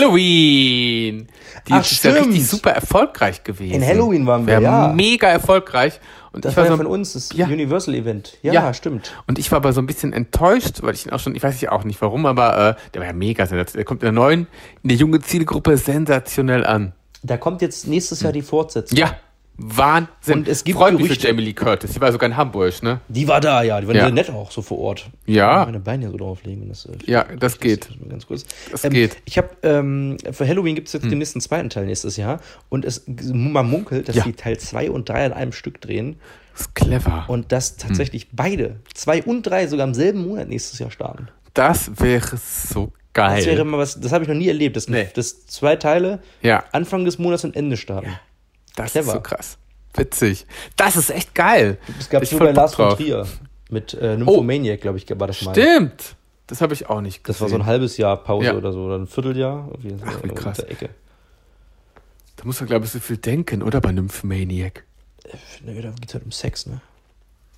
[SPEAKER 1] Halloween! Die
[SPEAKER 2] Ach,
[SPEAKER 1] ist ja
[SPEAKER 2] stimmt.
[SPEAKER 1] richtig super erfolgreich gewesen.
[SPEAKER 2] In Halloween waren wir,
[SPEAKER 1] War
[SPEAKER 2] ja.
[SPEAKER 1] mega erfolgreich. Und
[SPEAKER 2] Das
[SPEAKER 1] ich
[SPEAKER 2] war
[SPEAKER 1] war,
[SPEAKER 2] ja
[SPEAKER 1] so,
[SPEAKER 2] von uns, das
[SPEAKER 1] Ja.
[SPEAKER 2] Universal-Event. Ja,
[SPEAKER 1] Ja.
[SPEAKER 2] stimmt.
[SPEAKER 1] und ich war aber so ein bisschen enttäuscht, weil ich ihn auch schon, ich weiß ja auch nicht warum, aber äh, der war ja mega sensationell. Der kommt in der neuen, in der jungen Zielgruppe sensationell an.
[SPEAKER 2] Da kommt jetzt nächstes Jahr die Fortsetzung.
[SPEAKER 1] Hm. Ja, Wahnsinn.
[SPEAKER 2] Und es gibt
[SPEAKER 1] Freut mich
[SPEAKER 2] Gerüchte-
[SPEAKER 1] für Jamie Lee Curtis. Die war sogar in Hamburg, ne?
[SPEAKER 2] Die war da, ja. Die war
[SPEAKER 1] Ja.
[SPEAKER 2] sehr nett auch so vor Ort.
[SPEAKER 1] Ja.
[SPEAKER 2] Meine Beine hier so drauflegen. wenn Das, äh,
[SPEAKER 1] Ja, das geht.
[SPEAKER 2] Das, ganz kurz.
[SPEAKER 1] Das
[SPEAKER 2] ähm,
[SPEAKER 1] geht. Hm.
[SPEAKER 2] Ich habe ähm, für Halloween gibt es jetzt den demnächst einen zweiten Teil nächstes Jahr. Und es, man munkelt, dass
[SPEAKER 1] Ja.
[SPEAKER 2] die Teil 2 und 3 an einem Stück drehen.
[SPEAKER 1] ist clever.
[SPEAKER 2] Und dass tatsächlich beide, 2 und 3, sogar im selben Monat nächstes Jahr starten.
[SPEAKER 1] das wäre so geil.
[SPEAKER 2] Das wäre mal was, das habe ich noch nie erlebt. Das,
[SPEAKER 1] Nee.
[SPEAKER 2] das zwei Teile,
[SPEAKER 1] ja.
[SPEAKER 2] Anfang des Monats und Ende starten.
[SPEAKER 1] Das
[SPEAKER 2] Clever.
[SPEAKER 1] ist so krass. Witzig. Das ist echt geil.
[SPEAKER 2] Das gab es
[SPEAKER 1] Ich
[SPEAKER 2] nur bei
[SPEAKER 1] voll Bock
[SPEAKER 2] Lars von
[SPEAKER 1] drauf. Oh.
[SPEAKER 2] Trier. Mit äh, Nymphomaniac, glaube ich, war das mal.
[SPEAKER 1] Stimmt. Das habe ich auch nicht
[SPEAKER 2] Das
[SPEAKER 1] gesehen.
[SPEAKER 2] war so ein halbes Jahr Pause
[SPEAKER 1] Ja.
[SPEAKER 2] oder so, oder ein Vierteljahr. Irgendwie so
[SPEAKER 1] Ach, wie
[SPEAKER 2] in
[SPEAKER 1] krass.
[SPEAKER 2] der Ecke. Äh,
[SPEAKER 1] da muss man, glaube ich, so viel denken, oder? Bei Nymphomaniac.
[SPEAKER 2] Nö, da geht's halt um Sex, ne?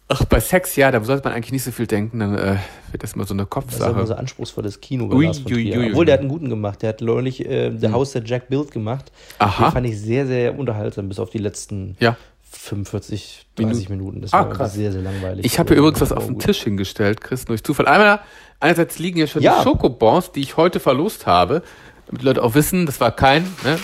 [SPEAKER 1] Ach, bei Sex, ja, da sollte man eigentlich nicht so viel denken, dann äh, wird das mal so eine
[SPEAKER 2] Das ist immer so
[SPEAKER 1] Kopfsache.
[SPEAKER 2] anspruchsvolles Kino.
[SPEAKER 1] Ui,
[SPEAKER 2] Bei Lars von
[SPEAKER 1] ui,
[SPEAKER 2] Trier.
[SPEAKER 1] ui, ui.
[SPEAKER 2] Obwohl, der hat einen guten gemacht. Der hat neulich äh, The House der Jack Build gemacht.
[SPEAKER 1] Aha.
[SPEAKER 2] Den fand ich sehr, sehr unterhaltsam, bis auf die letzten
[SPEAKER 1] Ja.
[SPEAKER 2] 45, 30 Minuten. Das
[SPEAKER 1] Ah,
[SPEAKER 2] war
[SPEAKER 1] krass.
[SPEAKER 2] sehr, sehr langweilig.
[SPEAKER 1] Ich habe hier übrigens was
[SPEAKER 2] Aber
[SPEAKER 1] auf den
[SPEAKER 2] gut.
[SPEAKER 1] Tisch hingestellt, Chris, durch Zufall. Einmal, einerseits liegen hier schon
[SPEAKER 2] Ja.
[SPEAKER 1] die Schokobons, die ich heute verlost habe. Damit die Leute auch wissen, das war kein, ne?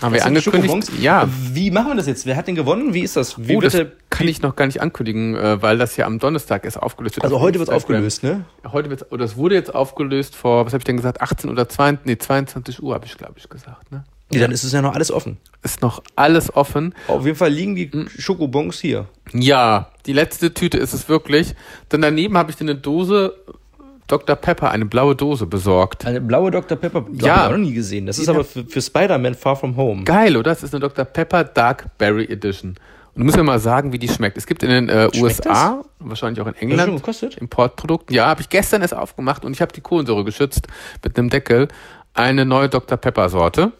[SPEAKER 1] Haben wir
[SPEAKER 2] Das sind
[SPEAKER 1] angekündigt.
[SPEAKER 2] Schokobons.
[SPEAKER 1] Ja.
[SPEAKER 2] Wie machen wir das jetzt? Wer hat denn gewonnen? Wie ist das? Wie
[SPEAKER 1] Oh, das
[SPEAKER 2] bitte?
[SPEAKER 1] kann ich noch gar nicht ankündigen, äh, weil das ja am Donnerstag erst aufgelöst wird.
[SPEAKER 2] Also
[SPEAKER 1] auf
[SPEAKER 2] heute wird
[SPEAKER 1] Instagram.
[SPEAKER 2] aufgelöst, ne?
[SPEAKER 1] Heute wird's, oder es wurde jetzt aufgelöst vor, was habe ich denn gesagt, 18 oder 22, nee, 22 Uhr habe ich, glaube ich, gesagt. Ne?
[SPEAKER 2] Ja, dann ist es ja noch alles offen.
[SPEAKER 1] Ist noch alles offen.
[SPEAKER 2] Auf jeden Fall liegen die Schokobons hier.
[SPEAKER 1] Ja, die letzte Tüte ist es wirklich. Denn daneben habe ich dir eine Dose Dr. Pepper, eine blaue Dose besorgt.
[SPEAKER 2] Eine blaue Dr. Pepper,
[SPEAKER 1] Ja.
[SPEAKER 2] ja. ich auch noch nie gesehen. Das ist aber für, für Spider-Man Far From Home.
[SPEAKER 1] Geil, oder? Es ist eine Dr. Pepper Dark Berry Edition. Und du musst mir mal sagen, wie die schmeckt. Es gibt in den äh, USA, wahrscheinlich auch in
[SPEAKER 2] Hast du schon
[SPEAKER 1] England,
[SPEAKER 2] gekostet?
[SPEAKER 1] Importprodukten. Ja, habe ich gestern erst aufgemacht und ich habe die Kohlensäure geschützt mit einem Deckel. Eine neue Dr. Pepper Sorte.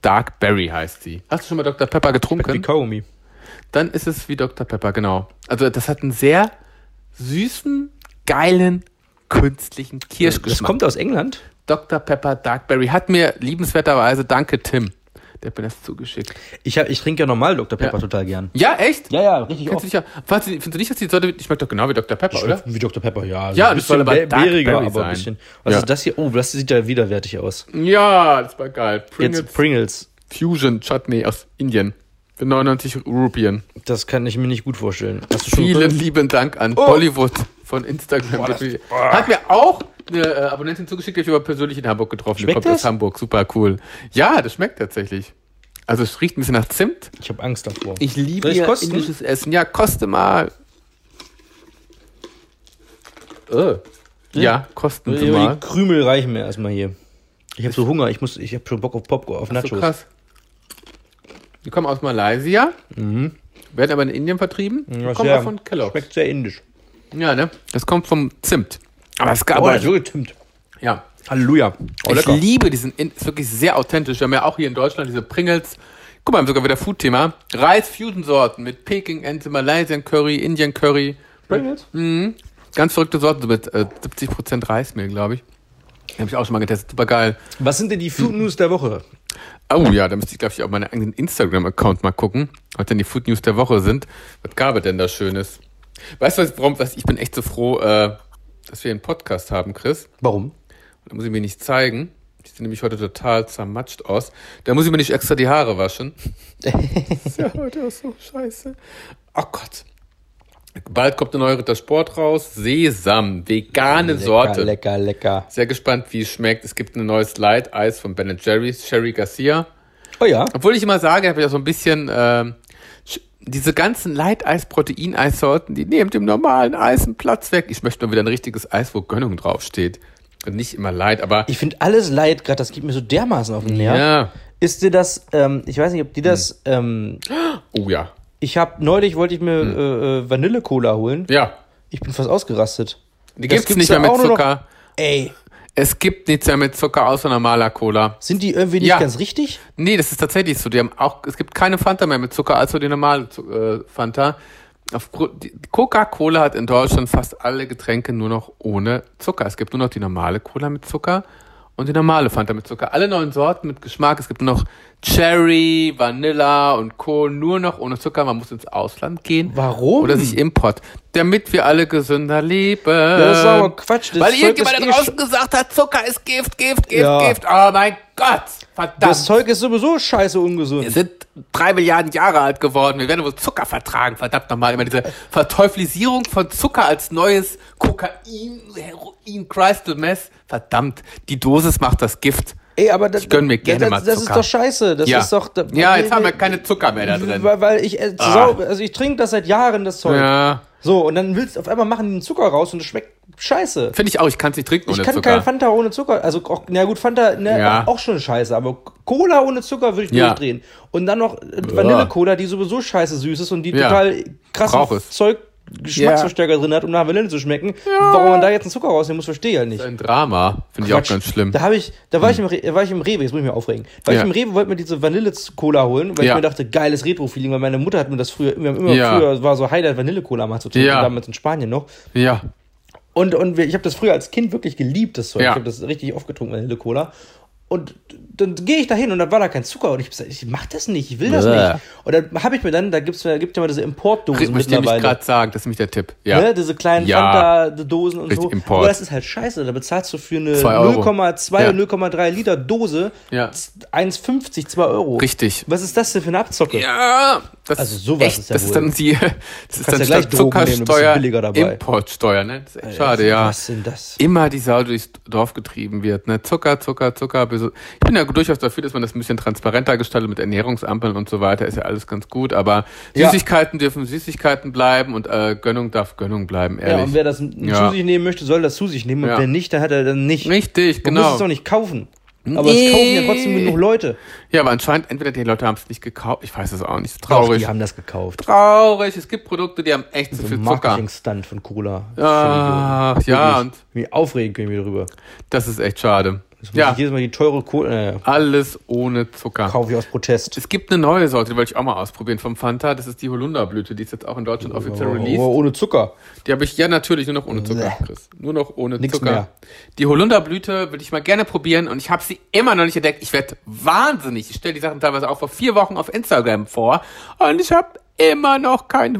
[SPEAKER 1] Dark Berry heißt sie. Hast du schon mal Dr. Pepper
[SPEAKER 2] Wie
[SPEAKER 1] getrunken?
[SPEAKER 2] Kaugummi.
[SPEAKER 1] Dann ist es wie Dr. Pepper, genau. Also das hat einen sehr süßen, geilen, künstlichen
[SPEAKER 2] Das
[SPEAKER 1] Kirschgeschmack.
[SPEAKER 2] kommt aus England.
[SPEAKER 1] Dr. Pepper Dark Berry hat mir liebenswerterweise, danke Tim, der hat mir das zugeschickt.
[SPEAKER 2] Ich, hab- ich trinke ja normal Dr. Pepper
[SPEAKER 1] Ja.
[SPEAKER 2] total gern.
[SPEAKER 1] Ja, echt?
[SPEAKER 2] Ja, ja, richtig
[SPEAKER 1] Kennst du nicht, ja, Fandst du- findest du nicht, dass die Sorte, ich schmeckt doch genau wie Dr. Pepper, oder?
[SPEAKER 2] Wie Dr. Pepper, ja. also
[SPEAKER 1] Ja,
[SPEAKER 2] ein
[SPEAKER 1] das soll
[SPEAKER 2] bisschen
[SPEAKER 1] aber
[SPEAKER 2] bä-
[SPEAKER 1] Dark
[SPEAKER 2] bäriger,
[SPEAKER 1] Berry
[SPEAKER 2] aber ein
[SPEAKER 1] sein.
[SPEAKER 2] bisschen. Was
[SPEAKER 1] Ja.
[SPEAKER 2] ist das hier? Oh, das sieht ja widerwärtig aus.
[SPEAKER 1] Ja, das war geil. Pringles
[SPEAKER 2] Jetzt Pringles.
[SPEAKER 1] Fusion Chutney aus Indien. Für 99 Rupien.
[SPEAKER 2] Das kann ich mir nicht gut vorstellen. Hast du schon
[SPEAKER 1] Vielen
[SPEAKER 2] geguckt?
[SPEAKER 1] lieben Dank an Bollywood von Instagram. Hat mir auch eine äh, Abonnentin zugeschickt, die ich aber persönlich in Hamburg getroffen. die
[SPEAKER 2] Schmeckt
[SPEAKER 1] kommt aus
[SPEAKER 2] das?
[SPEAKER 1] Hamburg, super cool. Ja, das schmeckt tatsächlich. Also es riecht ein bisschen nach Zimt.
[SPEAKER 2] Ich habe Angst davor.
[SPEAKER 1] Ich liebe
[SPEAKER 2] Soll ich
[SPEAKER 1] ja
[SPEAKER 2] kosten?
[SPEAKER 1] indisches Essen. Ja, koste mal. Äh. Ja, kosten Sie
[SPEAKER 2] die
[SPEAKER 1] mal.
[SPEAKER 2] Krümel reichen mir erstmal hier. Ich habe so Hunger, ich muss, ich habe schon Bock auf Popcorn, auf
[SPEAKER 1] So
[SPEAKER 2] Nachos.
[SPEAKER 1] krass. Die kommen aus Malaysia, werden aber in Indien vertrieben. Die
[SPEAKER 2] Mhm. Ja,
[SPEAKER 1] kommen
[SPEAKER 2] sehr-
[SPEAKER 1] aber von Kellogg's.
[SPEAKER 2] Schmeckt sehr indisch.
[SPEAKER 1] Ja, ne? Das kommt vom Zimt. Aber es gab
[SPEAKER 2] Oh, das ist wirklich Zimt.
[SPEAKER 1] ja.
[SPEAKER 2] Halleluja. Oh,
[SPEAKER 1] ich
[SPEAKER 2] lecker.
[SPEAKER 1] liebe diesen, In- ist wirklich sehr authentisch. Wir haben ja auch hier in Deutschland diese Pringles. Guck mal, wir haben sogar wieder Food-Thema. Reis-Fusion-Sorten mit Peking, Ente, Malaysian Curry, Indian Curry.
[SPEAKER 2] Pringles?
[SPEAKER 1] Ganz verrückte Sorten, so mit äh, 70% Reismehl, glaube ich. Habe ich auch schon mal getestet. Super geil.
[SPEAKER 2] Was sind denn die Food News der Woche?
[SPEAKER 1] Oh ja, da müsste ich, glaube ich, auf meinen eigenen Instagram-Account mal gucken, was denn die Food News der Woche sind. Was gab es denn da Schönes? Weißt du, was, warum, was, ich bin echt so froh, äh, dass wir einen Podcast haben, Chris.
[SPEAKER 2] Warum?
[SPEAKER 1] Da muss ich mir nicht zeigen. Die sehen nämlich heute total zermatscht aus. Da muss ich mir nicht extra die Haare
[SPEAKER 2] [laughs]
[SPEAKER 1] waschen. das ist ja heute auch so scheiße. Oh Gott. Bald kommt eine neue Ritter Sport raus. Sesam, vegane Sorte.
[SPEAKER 2] Lecker, lecker.
[SPEAKER 1] Sehr gespannt, wie es schmeckt. Es gibt ein neues Light Eis von Ben Jerry's, Sherry Garcia.
[SPEAKER 2] Oh ja.
[SPEAKER 1] Obwohl ich immer sage, habe ich auch so ein bisschen ähm, sch- diese ganzen Leiteis, Proteineissorten, die nehmen dem normalen Eis einen Platz weg. Ich möchte mal wieder ein richtiges Eis, wo Gönnung draufsteht. Und nicht immer Leid, aber
[SPEAKER 2] Ich finde alles leid gerade, das geht mir so dermaßen auf den Nerv.
[SPEAKER 1] ja.
[SPEAKER 2] Ist dir das, ähm, ich weiß nicht, ob die das, ähm,
[SPEAKER 1] Oh ja.
[SPEAKER 2] ich habe neulich wollte ich mir äh, äh, Vanille-Cola holen.
[SPEAKER 1] Hm. Ja.
[SPEAKER 2] Ich bin fast ausgerastet.
[SPEAKER 1] Die
[SPEAKER 2] Das
[SPEAKER 1] gibt's,
[SPEAKER 2] gibt's
[SPEAKER 1] nicht
[SPEAKER 2] ja
[SPEAKER 1] mehr mit
[SPEAKER 2] auch nur noch-
[SPEAKER 1] Zucker.
[SPEAKER 2] Ey,
[SPEAKER 1] Es gibt nichts mehr mit Zucker außer normaler Cola.
[SPEAKER 2] sind die irgendwie nicht
[SPEAKER 1] Ja.
[SPEAKER 2] ganz richtig?
[SPEAKER 1] Nee, das ist tatsächlich so. Die haben auch, es gibt keine Fanta mehr mit Zucker, also die normale Zu- äh, Fanta. Aufgrund- die- Coca-Cola hat in Deutschland fast alle Getränke nur noch ohne Zucker. Es gibt nur noch die normale Cola mit Zucker und die normale Fanta mit Zucker. Alle neuen Sorten mit Geschmack. Es gibt nur noch Cherry, Vanilla und Co. Nur noch ohne Zucker. Man muss ins Ausland gehen.
[SPEAKER 2] Warum?
[SPEAKER 1] Oder sich Import. Damit wir alle gesünder leben.
[SPEAKER 2] Ja, das ist aber Quatsch. Das
[SPEAKER 1] Weil
[SPEAKER 2] Zeug
[SPEAKER 1] irgendjemand
[SPEAKER 2] ist
[SPEAKER 1] da
[SPEAKER 2] eh
[SPEAKER 1] draußen gesagt hat, Zucker ist Gift, Gift, Gift,
[SPEAKER 2] Ja.
[SPEAKER 1] Gift. Oh mein Gott. Verdammt.
[SPEAKER 2] Das Zeug ist sowieso scheiße ungesund.
[SPEAKER 1] Wir sind drei Milliarden Jahre alt geworden. Wir werden wohl Zucker vertragen. Verdammt nochmal. Immer diese Verteufelisierung von Zucker als neues Kokain, Heroin, Crystal Mess. Verdammt. Die Dosis macht das Gift.
[SPEAKER 2] Ey, aber das,
[SPEAKER 1] Ich gönn mir gerne
[SPEAKER 2] das,
[SPEAKER 1] mal
[SPEAKER 2] das ist
[SPEAKER 1] Zucker.
[SPEAKER 2] doch scheiße. Das ist doch. da-
[SPEAKER 1] ja, jetzt haben wir keine Zucker mehr da drin.
[SPEAKER 2] Weil, weil ich, äh,
[SPEAKER 1] Ah.
[SPEAKER 2] sau- also ich trinke das seit Jahren, das Zeug.
[SPEAKER 1] Ja,
[SPEAKER 2] So, und dann willst du auf einmal machen die den Zucker raus und es schmeckt scheiße.
[SPEAKER 1] finde ich auch. Ich kann es nicht trinken
[SPEAKER 2] Ich
[SPEAKER 1] ohne
[SPEAKER 2] kann
[SPEAKER 1] Zucker.
[SPEAKER 2] kein Fanta ohne Zucker. Also, auch, na gut, Fanta ne,
[SPEAKER 1] Ja.
[SPEAKER 2] auch schon scheiße, aber Cola ohne Zucker würde ich
[SPEAKER 1] Ja.
[SPEAKER 2] durchdrehen. Und dann noch äh, Vanille-Cola, die sowieso scheiße süß ist und die
[SPEAKER 1] Ja.
[SPEAKER 2] total krasses
[SPEAKER 1] Brauch es.
[SPEAKER 2] Zeug Geschmacksverstärker drin hat, um nach Vanille zu schmecken. Warum man da jetzt einen Zucker rausnehmen muss, verstehe ich halt nicht.
[SPEAKER 1] Ein Drama. Finde ich auch
[SPEAKER 2] Quatsch.
[SPEAKER 1] ganz schlimm. Hm.
[SPEAKER 2] Da habe ich, da war ich im, Re- war ich im Rewe, jetzt muss ich mich aufregen. War
[SPEAKER 1] Ja.
[SPEAKER 2] ich im Rewe, wollte mir diese Vanille-Cola holen, weil
[SPEAKER 1] Ja.
[SPEAKER 2] ich mir dachte, geiles Retro-Feeling, weil meine Mutter hat mir das früher, wir haben immer
[SPEAKER 1] Ja.
[SPEAKER 2] früher war so Highlight Vanille-Cola mal zu trinken,
[SPEAKER 1] Ja.
[SPEAKER 2] damals in Spanien noch.
[SPEAKER 1] Ja.
[SPEAKER 2] Und, und wir, ich habe das früher als Kind wirklich geliebt, das Zeug.
[SPEAKER 1] Ja.
[SPEAKER 2] Ich habe das richtig oft getrunken, Vanille-Cola. Und dann gehe ich da hin und dann war da kein Zucker. Und ich hab gesagt, ich mach das nicht, ich will das
[SPEAKER 1] Bäh.
[SPEAKER 2] nicht. Und dann habe ich mir dann, da gibt's ja- gibt ja mal diese Importdosen
[SPEAKER 1] Möchte ich nämlich
[SPEAKER 2] mittlerweile.
[SPEAKER 1] gerade sagen, das ist nämlich der Tipp. Ja.
[SPEAKER 2] Ne, diese kleinen
[SPEAKER 1] Ja.
[SPEAKER 2] Fanta-Dosen und
[SPEAKER 1] Richtig,
[SPEAKER 2] so.
[SPEAKER 1] Import.
[SPEAKER 2] Aber das ist halt scheiße. Da bezahlst du für eine
[SPEAKER 1] Zwei Euro.
[SPEAKER 2] 0,2,
[SPEAKER 1] Ja.
[SPEAKER 2] 0,3 Liter Dose
[SPEAKER 1] Ja.
[SPEAKER 2] 1,50, 2 Euro.
[SPEAKER 1] Richtig.
[SPEAKER 2] Was ist das denn für eine Abzocke?
[SPEAKER 1] Ja, das
[SPEAKER 2] Also sowas
[SPEAKER 1] echt,
[SPEAKER 2] ist ja
[SPEAKER 1] das ist
[SPEAKER 2] wohl-
[SPEAKER 1] dann die, [laughs] das ist dann
[SPEAKER 2] ja gleich
[SPEAKER 1] statt
[SPEAKER 2] Drogen nehmen, du bist
[SPEAKER 1] Zuckersteuer,
[SPEAKER 2] billiger dabei.
[SPEAKER 1] Importsteuer, ne? Das ist echt schade, ja.
[SPEAKER 2] Was denn das?
[SPEAKER 1] Immer die Sau durchs Dorf getrieben wird, ne? Zucker, Zucker, Zucker. bis- Ich bin ja durchaus dafür, dass man das ein bisschen transparenter gestaltet mit Ernährungsampeln und so weiter, ist ja alles ganz gut, aber
[SPEAKER 2] Ja.
[SPEAKER 1] Süßigkeiten dürfen Süßigkeiten bleiben und äh, Gönnung darf Gönnung bleiben,
[SPEAKER 2] Ja,
[SPEAKER 1] ehrlich.
[SPEAKER 2] und wer das
[SPEAKER 1] Ja.
[SPEAKER 2] zu sich nehmen möchte, soll das zu sich nehmen.
[SPEAKER 1] Ja.
[SPEAKER 2] Und wer nicht, dann hat er dann nicht.
[SPEAKER 1] Richtig,
[SPEAKER 2] Man muss
[SPEAKER 1] genau.
[SPEAKER 2] es doch nicht kaufen. Aber
[SPEAKER 1] Nee.
[SPEAKER 2] es kaufen ja trotzdem genug Leute.
[SPEAKER 1] Ja, aber anscheinend, entweder die Leute haben es nicht gekauft, ich weiß es auch nicht,
[SPEAKER 2] Doch,
[SPEAKER 1] traurig.
[SPEAKER 2] die haben Also das gekauft.
[SPEAKER 1] traurig, es gibt Produkte, die haben echt zu
[SPEAKER 2] So
[SPEAKER 1] viel
[SPEAKER 2] ein
[SPEAKER 1] Zucker.
[SPEAKER 2] Marketing-Stunt von Cola.
[SPEAKER 1] Ach,
[SPEAKER 2] Wirklich.
[SPEAKER 1] ja, und-
[SPEAKER 2] Mich aufregen können wir drüber.
[SPEAKER 1] Das ist echt schade.
[SPEAKER 2] Jetzt muss
[SPEAKER 1] Ja,
[SPEAKER 2] ich jedes Mal die teure Cola. Äh,
[SPEAKER 1] alles ohne Zucker.
[SPEAKER 2] kaufe ich aus Protest.
[SPEAKER 1] Es gibt eine neue Sorte, die wollte ich auch mal ausprobieren vom Fanta. Das ist die Holunderblüte, die ist jetzt auch in Deutschland offiziell
[SPEAKER 2] Oh,
[SPEAKER 1] released.
[SPEAKER 2] ohne Zucker.
[SPEAKER 1] Die habe ich ja natürlich nur noch ohne Zucker, Chris. Nur noch ohne
[SPEAKER 2] Nix
[SPEAKER 1] Zucker.
[SPEAKER 2] mehr.
[SPEAKER 1] Die Holunderblüte würde ich mal gerne probieren und ich habe sie immer noch nicht entdeckt. Ich werde wahnsinnig. Ich stelle die Sachen teilweise auch vor vier Wochen auf Instagram vor und ich habe immer noch keinen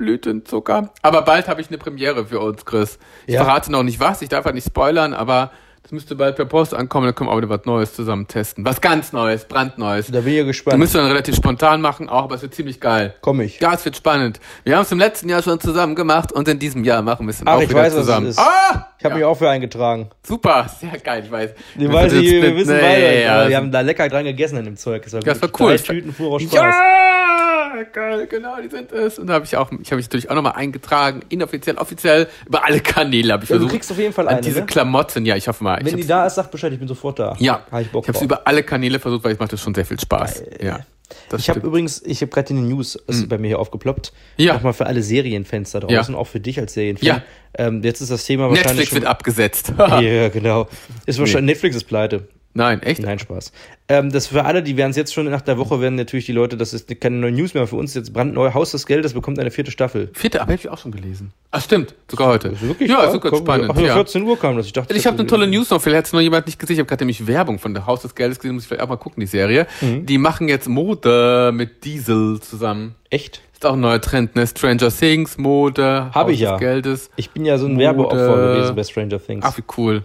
[SPEAKER 1] Holunderblütenzucker. Aber bald habe ich eine Premiere für uns, Chris. Ich
[SPEAKER 2] Ja.
[SPEAKER 1] verrate noch nicht was, ich darf halt nicht spoilern, aber das müsste bald per Post ankommen, dann können wir auch wieder was Neues zusammen testen. Was ganz Neues, brandneues.
[SPEAKER 2] Da bin ich ja
[SPEAKER 1] Du
[SPEAKER 2] gespannt.
[SPEAKER 1] müsst dann relativ spontan machen, auch, aber es wird ziemlich geil.
[SPEAKER 2] Komm ich.
[SPEAKER 1] Ja, es wird spannend. Wir haben es im letzten Jahr schon zusammen gemacht und in diesem Jahr machen wir es dann
[SPEAKER 2] Ach,
[SPEAKER 1] auch
[SPEAKER 2] ich
[SPEAKER 1] wieder
[SPEAKER 2] weiß, was es
[SPEAKER 1] zusammen.
[SPEAKER 2] ist.
[SPEAKER 1] Ah!
[SPEAKER 2] Ich habe
[SPEAKER 1] ja,
[SPEAKER 2] mich auch für eingetragen.
[SPEAKER 1] super, sehr geil, ich weiß.
[SPEAKER 2] Wir, weiß ich, wir
[SPEAKER 1] Split-
[SPEAKER 2] wissen
[SPEAKER 1] nee,
[SPEAKER 2] beide.
[SPEAKER 1] ja,
[SPEAKER 2] aber wir haben da lecker dran gegessen an dem Zeug. Das war,
[SPEAKER 1] das war
[SPEAKER 2] gut.
[SPEAKER 1] cool.
[SPEAKER 2] Drei Tüten fuhr Spaß.
[SPEAKER 1] Ja, geil, genau, die sind es. Und da habe ich auch, ich habe mich natürlich auch nochmal eingetragen, inoffiziell, offiziell, über alle Kanäle habe ich
[SPEAKER 2] Ja, du
[SPEAKER 1] versucht.
[SPEAKER 2] kriegst auf jeden Fall
[SPEAKER 1] an
[SPEAKER 2] eine,
[SPEAKER 1] Diese
[SPEAKER 2] ne?
[SPEAKER 1] Klamotten, ja, ich hoffe mal. ich
[SPEAKER 2] Wenn die
[SPEAKER 1] hab's-
[SPEAKER 2] da ist, sag Bescheid, ich bin sofort da.
[SPEAKER 1] ja,
[SPEAKER 2] Hab ich Bock
[SPEAKER 1] ich habe es
[SPEAKER 2] drauf.
[SPEAKER 1] über alle Kanäle versucht, weil ich macht das schon sehr viel Spaß. Ja, das
[SPEAKER 2] Ich habe
[SPEAKER 1] stimmt. Hm.
[SPEAKER 2] übrigens, ich habe gerade in den News, das ist bei mir hier aufgeploppt,
[SPEAKER 1] Ja.
[SPEAKER 2] nochmal für alle Serienfans da draußen, auch für dich als Serienfan.
[SPEAKER 1] Ja.
[SPEAKER 2] Ähm, jetzt ist das Thema wahrscheinlich
[SPEAKER 1] Netflix wird abgesetzt. [laughs]
[SPEAKER 2] schon, [laughs] Ja, genau. Ist wahrscheinlich, Netflix ist pleite.
[SPEAKER 1] Nein, echt?
[SPEAKER 2] Nein, Spaß. Ähm, das für alle, die werden es jetzt schon nach der Woche, werden natürlich die Leute, das ist keine neue News mehr für uns, jetzt brandneu Haus des Geldes bekommt eine vierte Staffel.
[SPEAKER 1] Vierte, aber habe ich auch schon gelesen. Ach stimmt, sogar heute. ja,
[SPEAKER 2] krass.
[SPEAKER 1] sogar
[SPEAKER 2] Komm,
[SPEAKER 1] spannend.
[SPEAKER 2] Ach, ja,
[SPEAKER 1] ja.
[SPEAKER 2] 14 Uhr kam das. Ich dachte, äh,
[SPEAKER 1] Ich habe eine tolle News noch, vielleicht hat es noch jemand nicht gesehen. Ich habe gerade nämlich Werbung von der Haus des Geldes gesehen, muss ich vielleicht auch mal gucken, die Serie.
[SPEAKER 2] Mhm.
[SPEAKER 1] Die machen jetzt Mode mit Diesel zusammen.
[SPEAKER 2] Echt?
[SPEAKER 1] Ist auch ein neuer Trend, ne? Stranger Things, Mode,
[SPEAKER 2] Hab
[SPEAKER 1] Haus
[SPEAKER 2] ich ja.
[SPEAKER 1] des Geldes.
[SPEAKER 2] Ich bin ja so ein
[SPEAKER 1] Mode.
[SPEAKER 2] Werbeopfer gewesen bei Stranger Things.
[SPEAKER 1] äh, Ach, wie cool.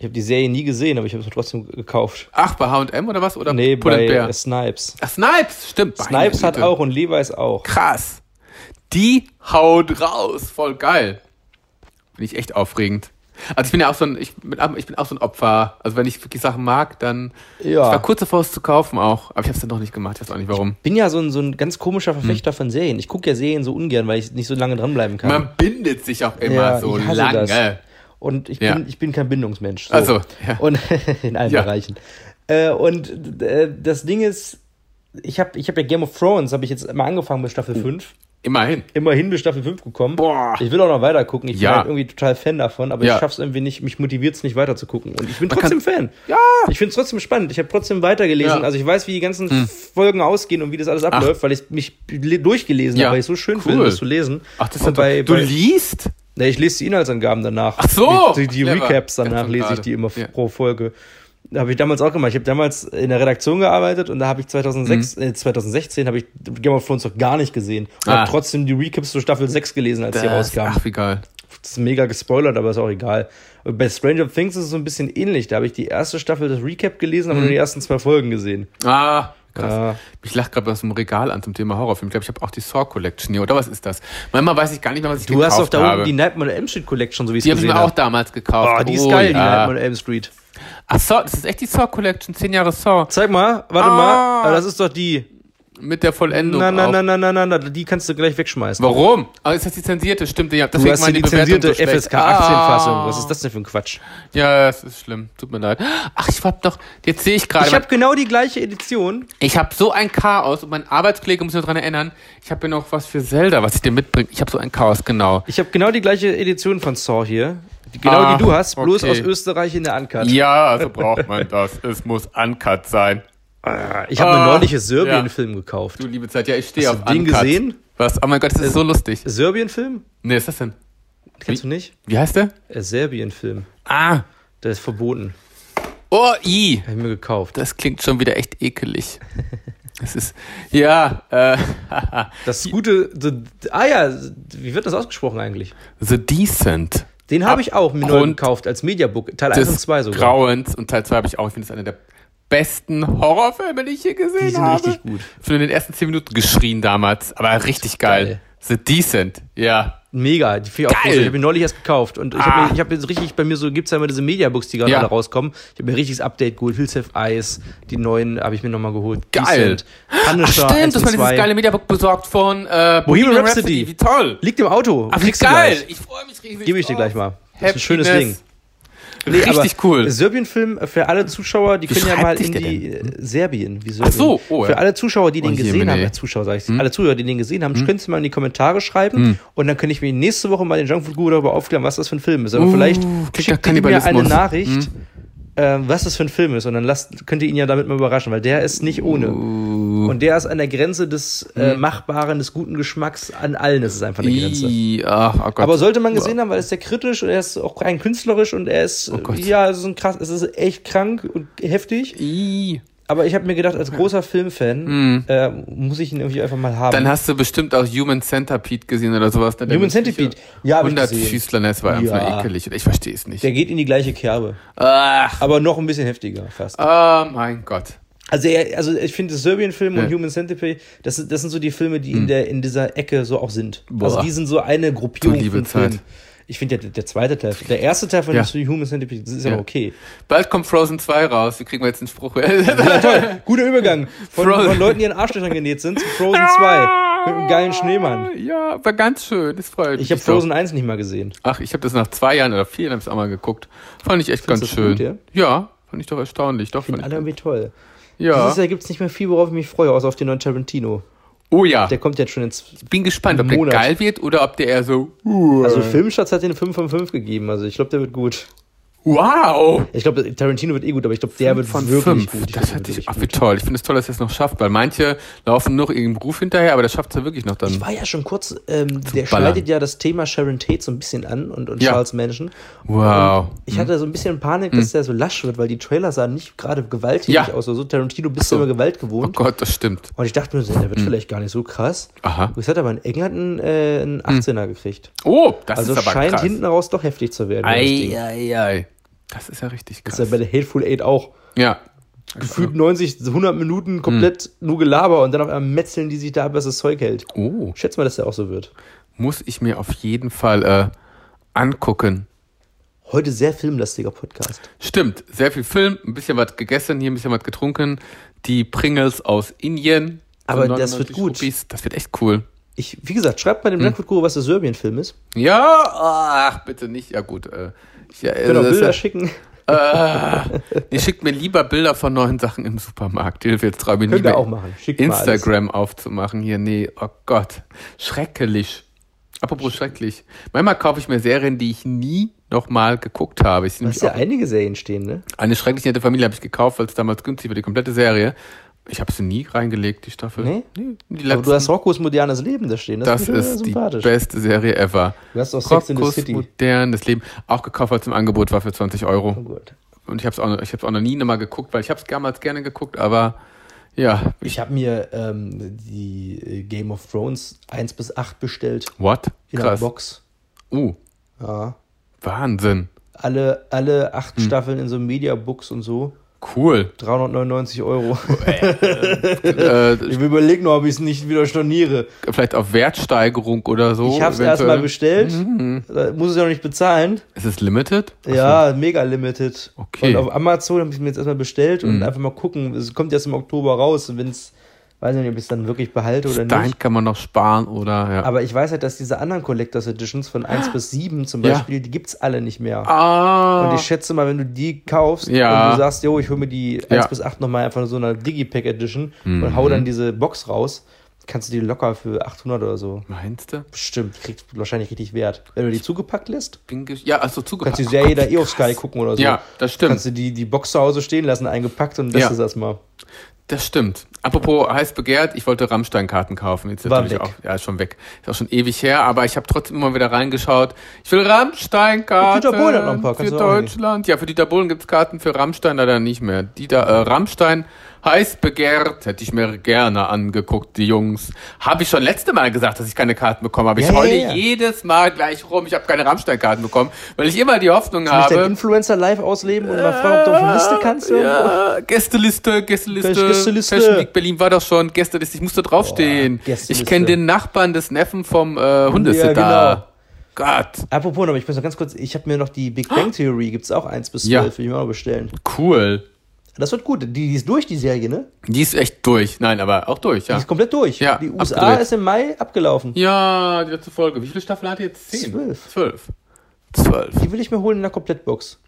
[SPEAKER 2] Ich habe die Serie nie gesehen, aber ich habe es trotzdem gekauft.
[SPEAKER 1] Ach, bei H&M oder was? Oder
[SPEAKER 2] Nee,
[SPEAKER 1] Pull and
[SPEAKER 2] bei
[SPEAKER 1] Bear?
[SPEAKER 2] äh, Snipes.
[SPEAKER 1] Ach, Snipes, stimmt. Meine
[SPEAKER 2] Snipes hat
[SPEAKER 1] Güte.
[SPEAKER 2] auch und Levi's auch.
[SPEAKER 1] Krass. Die haut raus. Voll geil. Bin ich echt aufregend. Also ich bin ja auch so ein, ich bin, ich bin auch so ein Opfer. Also wenn ich wirklich Sachen mag, dann.
[SPEAKER 2] Ja.
[SPEAKER 1] Ich war kurz davor, es zu kaufen auch. Aber ich habe es dann noch nicht gemacht. Ich weiß auch nicht warum.
[SPEAKER 2] bin ja so ein, so ein ganz komischer
[SPEAKER 1] Hm.
[SPEAKER 2] Verfechter von Serien. Ich gucke ja Serien so ungern, weil ich nicht so lange dranbleiben kann.
[SPEAKER 1] Man bindet sich auch immer
[SPEAKER 2] Ja,
[SPEAKER 1] so
[SPEAKER 2] ich hasse
[SPEAKER 1] lange.
[SPEAKER 2] das. Und ich bin,
[SPEAKER 1] Ja.
[SPEAKER 2] ich bin kein Bindungsmensch. So.
[SPEAKER 1] Ach so, ja.
[SPEAKER 2] Und [laughs] in allen
[SPEAKER 1] Ja.
[SPEAKER 2] Bereichen. Äh, und äh, das Ding ist, ich habe ich hab ja Game of Thrones, habe ich jetzt mal angefangen mit
[SPEAKER 1] Hm.
[SPEAKER 2] Staffel 5.
[SPEAKER 1] Immerhin.
[SPEAKER 2] Immerhin bis Staffel 5 gekommen.
[SPEAKER 1] Boah.
[SPEAKER 2] Ich will auch noch weiter gucken. Ich
[SPEAKER 1] Ja.
[SPEAKER 2] bin halt irgendwie total Fan davon, aber
[SPEAKER 1] Ja.
[SPEAKER 2] ich schaff's irgendwie nicht, mich motiviert's nicht weiter zu gucken. Und ich bin
[SPEAKER 1] Man
[SPEAKER 2] trotzdem Fan.
[SPEAKER 1] Ja.
[SPEAKER 2] Ich find's trotzdem spannend. Ich habe trotzdem weitergelesen.
[SPEAKER 1] Ja. Hm.
[SPEAKER 2] Also ich weiß, wie die ganzen Folgen ausgehen und wie das alles abläuft, weil ich mich le- durchgelesen
[SPEAKER 1] Ja.
[SPEAKER 2] habe, weil ich so schön
[SPEAKER 1] Cool.
[SPEAKER 2] finde, das zu lesen.
[SPEAKER 1] Ach, das
[SPEAKER 2] Und
[SPEAKER 1] ist
[SPEAKER 2] bei,
[SPEAKER 1] bei, Du
[SPEAKER 2] bei,
[SPEAKER 1] liest?
[SPEAKER 2] ja, ich lese die Inhaltsangaben danach.
[SPEAKER 1] Ach so,
[SPEAKER 2] Die, die, die
[SPEAKER 1] clever.
[SPEAKER 2] Recaps
[SPEAKER 1] Ganz
[SPEAKER 2] danach
[SPEAKER 1] und
[SPEAKER 2] lese ich
[SPEAKER 1] gerade.
[SPEAKER 2] die immer
[SPEAKER 1] Ja.
[SPEAKER 2] pro Folge. Habe ich damals auch gemacht. Ich habe damals in der Redaktion gearbeitet und da habe ich 2006,
[SPEAKER 1] Mhm.
[SPEAKER 2] äh, 2016 habe ich Game of Thrones noch gar nicht gesehen und
[SPEAKER 1] Ah.
[SPEAKER 2] habe trotzdem die Recaps zur Staffel 6 gelesen, als die rauskam.
[SPEAKER 1] ach, wie geil.
[SPEAKER 2] Das ist mega gespoilert, aber ist auch egal. Und bei Stranger Things ist es so ein bisschen ähnlich. Da habe ich die erste Staffel das Recap gelesen, aber nur die ersten zwei Folgen gesehen.
[SPEAKER 1] Ah, Mhm. krass.
[SPEAKER 2] Ja.
[SPEAKER 1] Ich lache gerade aus dem Regal an zum Thema Horrorfilm. Ich glaube, ich habe auch die Saw Collection hier. Oder was ist das? Manchmal weiß ich gar nicht mehr, was ich
[SPEAKER 2] Du
[SPEAKER 1] gekauft
[SPEAKER 2] hast doch da
[SPEAKER 1] habe.
[SPEAKER 2] oben die Nightmare on Elm Street Collection, so wie ich
[SPEAKER 1] Die
[SPEAKER 2] es
[SPEAKER 1] habe ich
[SPEAKER 2] gesehen
[SPEAKER 1] mir auch
[SPEAKER 2] habe.
[SPEAKER 1] damals gekauft.
[SPEAKER 2] Oh, die ist geil, die
[SPEAKER 1] ja.
[SPEAKER 2] Nightmare on Elm Street.
[SPEAKER 1] Ach so, das ist echt die Saw Collection, 10 Jahre Saw.
[SPEAKER 2] Zeig mal, warte
[SPEAKER 1] Ah.
[SPEAKER 2] mal. Ah, das ist doch die.
[SPEAKER 1] mit der Vollendung.
[SPEAKER 2] Na, na,
[SPEAKER 1] auch.
[SPEAKER 2] na, na, na, na, na, die kannst du gleich wegschmeißen.
[SPEAKER 1] Warum? Ah, ist das die zensierte? Stimmt, ja.
[SPEAKER 2] Du
[SPEAKER 1] Deswegen
[SPEAKER 2] hast
[SPEAKER 1] waren die
[SPEAKER 2] die
[SPEAKER 1] Bewertungen
[SPEAKER 2] lizenzierte
[SPEAKER 1] so schlecht.
[SPEAKER 2] FSK 18-Fassung.
[SPEAKER 1] Ah.
[SPEAKER 2] Was ist das denn für ein Quatsch?
[SPEAKER 1] Ja, es ist schlimm. Tut mir leid. Ach, ich hab doch. Jetzt sehe ich gerade.
[SPEAKER 2] Ich habe genau die gleiche Edition.
[SPEAKER 1] Ich habe so ein Chaos und mein Arbeitskollege muss mich daran erinnern, ich habe ja noch was für Zelda, was ich dir mitbringe. Ich habe so ein Chaos, genau.
[SPEAKER 2] Ich habe genau die gleiche Edition von Saw hier. Die- Genau
[SPEAKER 1] Ah,
[SPEAKER 2] die du hast, bloß
[SPEAKER 1] okay.
[SPEAKER 2] aus Österreich in der Uncut.
[SPEAKER 1] Ja, also braucht man
[SPEAKER 2] [laughs]
[SPEAKER 1] das. Es muss uncut sein.
[SPEAKER 2] Ich habe mir
[SPEAKER 1] Ah,
[SPEAKER 2] neulich
[SPEAKER 1] ja.
[SPEAKER 2] einen Serbien-Film gekauft.
[SPEAKER 1] Du liebe Zeit, ja, ich stehe
[SPEAKER 2] Hast
[SPEAKER 1] auf
[SPEAKER 2] du den
[SPEAKER 1] uncut.
[SPEAKER 2] gesehen? Äh,
[SPEAKER 1] Was? Oh mein Gott, das ist so lustig.
[SPEAKER 2] Serbien-Film?
[SPEAKER 1] Nee, ist das denn?
[SPEAKER 2] Kennst du nicht?
[SPEAKER 1] Wie heißt der?
[SPEAKER 2] Äh, Serbien-Film.
[SPEAKER 1] Ah,
[SPEAKER 2] Der ist verboten.
[SPEAKER 1] oh, i.
[SPEAKER 2] Habe ich mir gekauft.
[SPEAKER 1] Das klingt schon wieder echt ekelig. Das ist, ja, äh, [laughs]
[SPEAKER 2] Das gute. The, ah ja, wie wird das ausgesprochen eigentlich?
[SPEAKER 1] The Decent.
[SPEAKER 2] Den
[SPEAKER 1] Ah,
[SPEAKER 2] habe ich auch mir neu
[SPEAKER 1] Abgrund
[SPEAKER 2] gekauft als Mediabook. Teil 1 und
[SPEAKER 1] des
[SPEAKER 2] 2 sogar.
[SPEAKER 1] Grauens und Teil 2 habe ich auch. Ich finde es einer der besten Horrorfilme, die ich je gesehen habe.
[SPEAKER 2] Die sind richtig gut.
[SPEAKER 1] Ich bin in den ersten 10 Minuten geschrien damals, aber richtig geil.
[SPEAKER 2] geil.
[SPEAKER 1] The Decent, ja.
[SPEAKER 2] Mega, die finde ich
[SPEAKER 1] Geil.
[SPEAKER 2] auch großartig. Ich habe ihn neulich erst gekauft. Und ich
[SPEAKER 1] Ah.
[SPEAKER 2] habe hab jetzt richtig, bei mir so gibt's ja immer diese Mediabooks, die gerade
[SPEAKER 1] Ja.
[SPEAKER 2] alle rauskommen. Ich habe mir ein richtiges Update geholt. Hills Have Eyes, die neuen habe ich mir nochmal geholt.
[SPEAKER 1] Geil.
[SPEAKER 2] Decent. Punisher, Ach,
[SPEAKER 1] Stimmt, dass man dieses geile Mediabook besorgt von äh,
[SPEAKER 2] Bohemian Rhapsody.
[SPEAKER 1] Wie toll.
[SPEAKER 2] Liegt im Auto.
[SPEAKER 1] Ach, wie
[SPEAKER 2] kriegst du
[SPEAKER 1] geil.
[SPEAKER 2] gleich.
[SPEAKER 1] Ich freue mich riesig.
[SPEAKER 2] Gebe ich dir
[SPEAKER 1] drauf.
[SPEAKER 2] gleich mal. Das ist ein schönes Ding.
[SPEAKER 1] Happiness. richtig
[SPEAKER 2] aber
[SPEAKER 1] cool.
[SPEAKER 2] Serbien-Film äh, für alle Zuschauer, die können ja
[SPEAKER 1] schreibt
[SPEAKER 2] mal
[SPEAKER 1] sich
[SPEAKER 2] in
[SPEAKER 1] der
[SPEAKER 2] die äh, Serbien, wie Serbien.
[SPEAKER 1] so, oh, Hm? ja.
[SPEAKER 2] Für alle Zuschauer, die den
[SPEAKER 1] Und
[SPEAKER 2] gesehen
[SPEAKER 1] Jemine.
[SPEAKER 2] haben, äh, Zuschauer sag ich, alle Zuhörer, die den gesehen
[SPEAKER 1] Hm?
[SPEAKER 2] haben, können Sie mal in die Kommentare schreiben und dann kann ich mir nächste Woche mal den Junkfood Guru darüber aufklären, was das für ein Film ist. Aber
[SPEAKER 1] Uh,
[SPEAKER 2] vielleicht
[SPEAKER 1] klingt nach
[SPEAKER 2] schickt ihr mir eine
[SPEAKER 1] Kannibalismus. Hm.
[SPEAKER 2] Nachricht, ähm, was das für ein Film ist und dann lasst, könnt ihr ihn ja damit mal überraschen, weil der ist nicht ohne.
[SPEAKER 1] Uh.
[SPEAKER 2] Und der ist an der Grenze des äh,
[SPEAKER 1] Hm.
[SPEAKER 2] Machbaren, des guten Geschmacks an allen ist es einfach eine Grenze.
[SPEAKER 1] I, ach, oh Gott.
[SPEAKER 2] Aber sollte man gesehen haben, weil er ist sehr kritisch und er ist auch rein künstlerisch und er ist,
[SPEAKER 1] Oh Gott.
[SPEAKER 2] ja, es ist ein krass, es ist echt krank und heftig.
[SPEAKER 1] I.
[SPEAKER 2] Aber ich habe mir gedacht, als großer Filmfan äh, muss ich ihn irgendwie einfach mal haben.
[SPEAKER 1] Mhm. Dann hast du bestimmt auch Human Centipede gesehen oder sowas. ne? Der
[SPEAKER 2] Mhm. Human
[SPEAKER 1] menschliche
[SPEAKER 2] Centipede. Ja, hab ich gesehen.
[SPEAKER 1] Hundertfüßler, ne? das war einfach
[SPEAKER 2] Ja.
[SPEAKER 1] nur ekelig. Ich verstehe es nicht.
[SPEAKER 2] der geht in die gleiche Kerbe.
[SPEAKER 1] Ach,
[SPEAKER 2] Aber noch ein bisschen heftiger fast.
[SPEAKER 1] oh mein Gott.
[SPEAKER 2] Also, er, also ich finde Serbien-Film und
[SPEAKER 1] Ja. Mhm.
[SPEAKER 2] Human Centipede, das, sind- das sind so die Filme, die in, der, in dieser Ecke so auch sind. Also
[SPEAKER 1] Boah.
[SPEAKER 2] die sind so eine Gruppierung
[SPEAKER 1] Du liebe
[SPEAKER 2] von Filmen.
[SPEAKER 1] Zeit.
[SPEAKER 2] Ich finde ja der, der zweite Teil, der erste Teil von
[SPEAKER 1] Ja.
[SPEAKER 2] Human Centipede das ist ja
[SPEAKER 1] Ja.
[SPEAKER 2] okay.
[SPEAKER 1] Bald kommt Frozen 2 raus. Wie kriegen wir jetzt den Spruch? [laughs]
[SPEAKER 2] Ja, toll. Guter Übergang. Von,
[SPEAKER 1] Frozen.
[SPEAKER 2] von Leuten, die in Arschlöchern genäht sind, zu Frozen 2. Mit einem geilen Schneemann.
[SPEAKER 1] Ja, war ganz schön. Das freut mich.
[SPEAKER 2] Ich habe
[SPEAKER 1] doch.
[SPEAKER 2] Frozen 1 nicht mal gesehen.
[SPEAKER 1] Ach, ich habe das nach zwei Jahren oder vier Jahren hab's auch mal geguckt. Fand ich echt
[SPEAKER 2] Findest
[SPEAKER 1] ganz
[SPEAKER 2] du
[SPEAKER 1] schön.
[SPEAKER 2] das gut,
[SPEAKER 1] ja, fand ich doch erstaunlich. Doch,
[SPEAKER 2] Finden
[SPEAKER 1] fand
[SPEAKER 2] alle
[SPEAKER 1] ich,
[SPEAKER 2] irgendwie toll.
[SPEAKER 1] ja.
[SPEAKER 2] Dieses Jahr gibt es nicht mehr viel, worauf ich mich freue, außer auf den neuen Tarantino.
[SPEAKER 1] Oh ja.
[SPEAKER 2] Der kommt jetzt schon ins.
[SPEAKER 1] Bin gespannt, ob der
[SPEAKER 2] Monat.
[SPEAKER 1] geil wird oder ob der eher so.
[SPEAKER 2] Also, Filmschatz hat den 5 von 5 gegeben. Also, ich glaube, der wird gut.
[SPEAKER 1] Wow!
[SPEAKER 2] Ich glaube, Tarantino wird eh gut, aber ich glaube, der wird
[SPEAKER 1] von
[SPEAKER 2] wirklich
[SPEAKER 1] fünf.
[SPEAKER 2] gut. Ich
[SPEAKER 1] Das
[SPEAKER 2] glaub, der
[SPEAKER 1] hatte
[SPEAKER 2] wird
[SPEAKER 1] ich. Ach, wie
[SPEAKER 2] wirklich
[SPEAKER 1] toll. Ich finde es toll, dass er es noch schafft, weil manche laufen noch irgendeinem Ruf hinterher, aber der schafft es ja wirklich noch dann.
[SPEAKER 2] gut. War ja schon kurz, ähm, der
[SPEAKER 1] ballern.
[SPEAKER 2] schneidet ja das Thema Sharon Tate so ein bisschen an und, und
[SPEAKER 1] Ja.
[SPEAKER 2] Charles Manson.
[SPEAKER 1] Wow.
[SPEAKER 2] Ich hatte so ein bisschen Panik, dass der so lasch wird, weil die Trailer sahen nicht gerade gewalttätig
[SPEAKER 1] Hm. Ja.
[SPEAKER 2] aus. Also Tarantino bist du
[SPEAKER 1] so.
[SPEAKER 2] immer Gewalt
[SPEAKER 1] Oh
[SPEAKER 2] gewohnt.
[SPEAKER 1] Gott, das stimmt.
[SPEAKER 2] Und ich dachte mir so, der wird vielleicht gar nicht so krass.
[SPEAKER 1] Aha.
[SPEAKER 2] Und Jetzt hat aber in England einen, äh, einen 18er gekriegt.
[SPEAKER 1] Oh, das
[SPEAKER 2] Also
[SPEAKER 1] ist aber
[SPEAKER 2] scheint
[SPEAKER 1] krass.
[SPEAKER 2] hinten raus doch heftig zu werden. das Ding.
[SPEAKER 1] ei, ei, ei. Das ist ja richtig
[SPEAKER 2] Das
[SPEAKER 1] krass.
[SPEAKER 2] ist ja bei der Hateful Eight auch.
[SPEAKER 1] ja. Hm.
[SPEAKER 2] Gefühlt 90, 100 Minuten komplett nur Gelaber und dann auf einmal metzeln die sich da, bis das Zeug hält.
[SPEAKER 1] Oh,
[SPEAKER 2] Schätz mal, dass der auch so wird.
[SPEAKER 1] muss ich mir auf jeden Fall äh, angucken.
[SPEAKER 2] Heute sehr filmlastiger Podcast.
[SPEAKER 1] Stimmt, sehr viel Film, ein bisschen was gegessen, hier ein bisschen was getrunken. Die Pringles aus Indien.
[SPEAKER 2] Aber
[SPEAKER 1] Für
[SPEAKER 2] das wird
[SPEAKER 1] 99
[SPEAKER 2] gut.
[SPEAKER 1] Rupees. Das wird echt cool.
[SPEAKER 2] Ich, wie gesagt, schreibt
[SPEAKER 1] Hm.
[SPEAKER 2] mal dem Blackwood Guru, was der Serbien-Film ist.
[SPEAKER 1] Ja, ach, bitte nicht. Ja, gut. Äh, ich, ja,
[SPEAKER 2] Könnt
[SPEAKER 1] das ist
[SPEAKER 2] auch Genau, Bilder
[SPEAKER 1] ja-
[SPEAKER 2] schicken.
[SPEAKER 1] Äh, Ihr schickt mir lieber Bilder von neuen Sachen im Supermarkt. Hilfe, jetzt traue ich mir
[SPEAKER 2] Könnt ihr
[SPEAKER 1] lieber
[SPEAKER 2] auch machen. Schickt mal alles.
[SPEAKER 1] Instagram aufzumachen hier. Nee, oh Gott. Schrecklich. Apropos schrecklich. Manchmal kaufe ich mir Serien, die ich nie nochmal geguckt habe. Ich
[SPEAKER 2] Da ist ja einige Serien stehen, ne?
[SPEAKER 1] eine schrecklich nette Familie habe ich gekauft, weil es damals günstig war, die komplette Serie. Ich habe sie nie reingelegt, die Staffel.
[SPEAKER 2] Nee?
[SPEAKER 1] die
[SPEAKER 2] Aber du
[SPEAKER 1] letzten,
[SPEAKER 2] hast Roccos modernes Leben da stehen. Das,
[SPEAKER 1] das
[SPEAKER 2] finde ich
[SPEAKER 1] ist die
[SPEAKER 2] sympathisch.
[SPEAKER 1] beste Serie ever.
[SPEAKER 2] Du hast auch Sex in the
[SPEAKER 1] Cottbus
[SPEAKER 2] City.
[SPEAKER 1] modern, das Leben. Auch gekauft, weil es im Angebot war für 20 Euro.
[SPEAKER 2] Oh Gott.
[SPEAKER 1] Und ich habe es auch, noch- ich hab's auch noch nie nochmal geguckt, weil ich habe es damals gerne geguckt, aber ja, ich,
[SPEAKER 2] Ich habe mir ähm, die äh, Game of Thrones 1 bis 8 bestellt.
[SPEAKER 1] what?
[SPEAKER 2] In einer
[SPEAKER 1] Krass.
[SPEAKER 2] Box.
[SPEAKER 1] Uh,
[SPEAKER 2] Ja.
[SPEAKER 1] Wahnsinn.
[SPEAKER 2] Alle, alle acht
[SPEAKER 1] Hm.
[SPEAKER 2] Staffeln in so Media-Books und so. [laughs]
[SPEAKER 1] Cool. [laughs]
[SPEAKER 2] 399 Euro.
[SPEAKER 1] Oh, äh,
[SPEAKER 2] Ich überlege noch, ob ich es nicht wieder storniere.
[SPEAKER 1] vielleicht auf Wertsteigerung oder so.
[SPEAKER 2] Ich habe es
[SPEAKER 1] Oh, eventuell. Mhm.
[SPEAKER 2] erstmal bestellt. Da Muss es ja noch nicht bezahlen.
[SPEAKER 1] Ist es limited?
[SPEAKER 2] Ja, mega limited.
[SPEAKER 1] Okay. Mhm.
[SPEAKER 2] Und auf Amazon habe ich es mir jetzt erstmal bestellt und einfach mal gucken. Es kommt erst im Oktober raus. Und wenn es Weiß nicht, ob ich es dann wirklich behalte oder nicht.
[SPEAKER 1] Stein kann man noch sparen oder ja.
[SPEAKER 2] Aber ich weiß halt, dass diese anderen Collectors Editions von 1 bis 7 zum
[SPEAKER 1] Ja.
[SPEAKER 2] Beispiel, die gibt's alle nicht mehr.
[SPEAKER 1] ah,
[SPEAKER 2] Und ich schätze mal, wenn du die kaufst
[SPEAKER 1] Ja.
[SPEAKER 2] und du sagst, jo, ich hole mir die 1
[SPEAKER 1] Ja. Mhm.
[SPEAKER 2] bis 8 nochmal einfach so eine Digipack Edition und hau dann diese Box raus, kannst du die locker für 800 oder so.
[SPEAKER 1] meinst du?
[SPEAKER 2] Bestimmt, kriegt wahrscheinlich richtig Wert. Wenn du die zugepackt lässt,
[SPEAKER 1] Bin gesch- ja, also zugepackt.
[SPEAKER 2] kannst du die Serie da eh auf Sky gucken oder so.
[SPEAKER 1] Ja, das stimmt.
[SPEAKER 2] Kannst du die, die Box zu Hause stehen lassen, eingepackt und lässt
[SPEAKER 1] Ja.
[SPEAKER 2] es erstmal.
[SPEAKER 1] Das stimmt. Apropos heiß begehrt, ich wollte Rammstein-Karten kaufen. Jetzt
[SPEAKER 2] War
[SPEAKER 1] natürlich
[SPEAKER 2] weg.
[SPEAKER 1] Auch, ja, ist schon weg. Ist auch schon ewig her, aber ich habe trotzdem immer wieder reingeschaut. Ich will Rammstein-Karten
[SPEAKER 2] Dieter Bohlen hat noch ein paar,
[SPEAKER 1] für
[SPEAKER 2] kannst du auch
[SPEAKER 1] Deutschland. Ja, für Dieter Bohlen gibt's Karten, für Rammstein leider nicht mehr. Dieter äh, Rammstein, heiß begehrt, hätte ich mir gerne angeguckt, die Jungs. Habe ich schon letzte Mal gesagt, dass ich keine Karten bekomme, aber
[SPEAKER 2] Ja,
[SPEAKER 1] ich
[SPEAKER 2] ja,
[SPEAKER 1] heule
[SPEAKER 2] ja.
[SPEAKER 1] jedes Mal gleich rum, ich habe keine Rammstein-Karten bekommen, weil ich immer die Hoffnung
[SPEAKER 2] Kann ich deinen
[SPEAKER 1] habe...
[SPEAKER 2] Influencer live ausleben und mal fragen, ob du auf eine Liste kannst? irgendwo?
[SPEAKER 1] Ah, Ja, Gästeliste, Gästeliste,
[SPEAKER 2] Gästeliste.
[SPEAKER 1] Fashion Week Berlin war das schon, Gästeliste, ich musste draufstehen.
[SPEAKER 2] Boah, Gästeliste.
[SPEAKER 1] ich kenne den Nachbarn des Neffen vom äh, Hundesitter.
[SPEAKER 2] Ja, genau.
[SPEAKER 1] Gott,
[SPEAKER 2] Apropos, aber ich muss noch ganz kurz, ich habe mir noch die Big Bang Theory, gibt's auch 1 bis 12,
[SPEAKER 1] Ja.
[SPEAKER 2] will ich mir auch noch bestellen.
[SPEAKER 1] cool.
[SPEAKER 2] Das wird gut, die, die ist durch, die Serie, ne?
[SPEAKER 1] Die ist echt durch. Nein, aber auch durch,
[SPEAKER 2] Die
[SPEAKER 1] ja.
[SPEAKER 2] ist komplett durch.
[SPEAKER 1] Ja,
[SPEAKER 2] die USA
[SPEAKER 1] abgedreht.
[SPEAKER 2] ist im Mai abgelaufen.
[SPEAKER 1] Ja, die letzte Folge. Wie viele Staffeln hat die jetzt? Zehn?
[SPEAKER 2] Zwölf.
[SPEAKER 1] Zwölf. Zwölf.
[SPEAKER 2] Die will ich mir holen in der Komplettbox.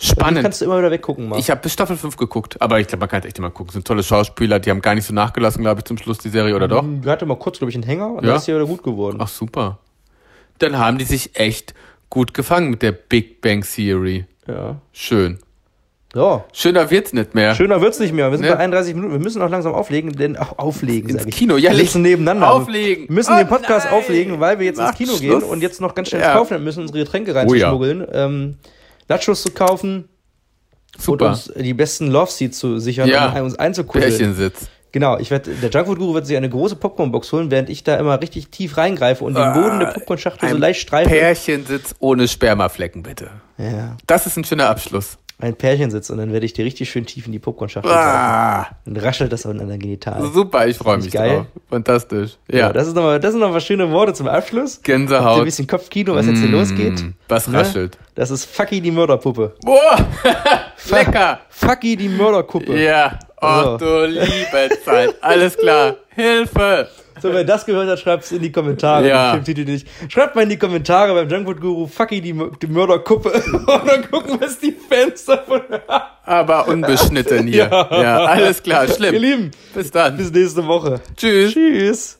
[SPEAKER 2] Die
[SPEAKER 1] Spannend.
[SPEAKER 2] kannst du immer wieder weggucken, mal.
[SPEAKER 1] Ich habe bis Staffel 5 geguckt, aber ich glaube, man kann echt immer gucken. Sind tolle Schauspieler, die haben gar nicht so nachgelassen, glaube ich, zum Schluss die Serie, oder doch?
[SPEAKER 2] Die hatte mal kurz, glaube ich, einen Hänger und
[SPEAKER 1] Ja.
[SPEAKER 2] dann ist sie wieder gut geworden.
[SPEAKER 1] Ach super. Dann haben die sich echt gut gefangen mit der Big Bang Theory.
[SPEAKER 2] Ja.
[SPEAKER 1] Schön.
[SPEAKER 2] So,
[SPEAKER 1] Schöner wird's nicht mehr.
[SPEAKER 2] schöner wird's nicht mehr. Wir sind
[SPEAKER 1] Ne?
[SPEAKER 2] bei 31 Minuten. Wir müssen auch langsam auflegen, denn auch auflegen,
[SPEAKER 1] Ins
[SPEAKER 2] sag ich.
[SPEAKER 1] Kino, ja,
[SPEAKER 2] Wir müssen
[SPEAKER 1] leg-
[SPEAKER 2] nebeneinander. Also
[SPEAKER 1] auflegen.
[SPEAKER 2] Wir müssen
[SPEAKER 1] Oh
[SPEAKER 2] den Podcast
[SPEAKER 1] nein.
[SPEAKER 2] auflegen, weil wir jetzt ins
[SPEAKER 1] Macht
[SPEAKER 2] Kino
[SPEAKER 1] Schluss.
[SPEAKER 2] gehen und jetzt noch ganz schnell
[SPEAKER 1] Ja.
[SPEAKER 2] ins Kaufen müssen, unsere Getränke
[SPEAKER 1] Oh ja.
[SPEAKER 2] reinzuschmuggeln. Ähm, Nachos zu kaufen und
[SPEAKER 1] Super.
[SPEAKER 2] uns die besten Love Seats zu sichern
[SPEAKER 1] Ja.
[SPEAKER 2] und uns einzukuscheln.
[SPEAKER 1] Pärchensitz.
[SPEAKER 2] Genau, ich werd, der Junkfood-Guru wird sich eine große Popcornbox holen, während ich da immer richtig tief reingreife und den Boden der Popcornschachtel so
[SPEAKER 1] Ah, ein
[SPEAKER 2] leicht streife.
[SPEAKER 1] Pärchensitz ohne Spermaflecken, bitte.
[SPEAKER 2] ja,
[SPEAKER 1] Das ist ein schöner Abschluss.
[SPEAKER 2] ein Pärchen sitzt und dann werde ich dir richtig schön tief in die Popcornschachtel greifen.
[SPEAKER 1] Ah,
[SPEAKER 2] Dann raschelt das an deiner Genital.
[SPEAKER 1] super, ich freue mich
[SPEAKER 2] Nicht geil?
[SPEAKER 1] drauf. Fantastisch. Ja, Genau.
[SPEAKER 2] Ja, das, ist noch mal, das sind nochmal schöne Worte zum Abschluss. Habt ihr ein
[SPEAKER 1] Gänsehaut. Mm,
[SPEAKER 2] bisschen Kopfkino, was jetzt hier losgeht.
[SPEAKER 1] Was
[SPEAKER 2] Ne?
[SPEAKER 1] raschelt.
[SPEAKER 2] Das ist Fucky die Mörderpuppe.
[SPEAKER 1] Boah, [laughs] lecker.
[SPEAKER 2] Fucky die Mörderpuppe.
[SPEAKER 1] Ja,
[SPEAKER 2] So.
[SPEAKER 1] ach du liebe Zeit. Alles klar. Hilfe.
[SPEAKER 2] So, wer das gehört hat, schreibt es in die Kommentare.
[SPEAKER 1] Ja.
[SPEAKER 2] Im Titel nicht. Schreibt mal in die Kommentare beim Junkfood Guru Fucky die, Mör- die Mörderkuppe. [laughs] Und dann gucken, was die Fans davon haben.
[SPEAKER 1] Aber unbeschnitten hier.
[SPEAKER 2] [laughs] Ja.
[SPEAKER 1] Ja, alles klar.
[SPEAKER 2] Ihr
[SPEAKER 1] Schlimm.
[SPEAKER 2] Lieben,
[SPEAKER 1] Bis dann.
[SPEAKER 2] bis nächste Woche.
[SPEAKER 1] Tschüss.
[SPEAKER 2] Tschüss.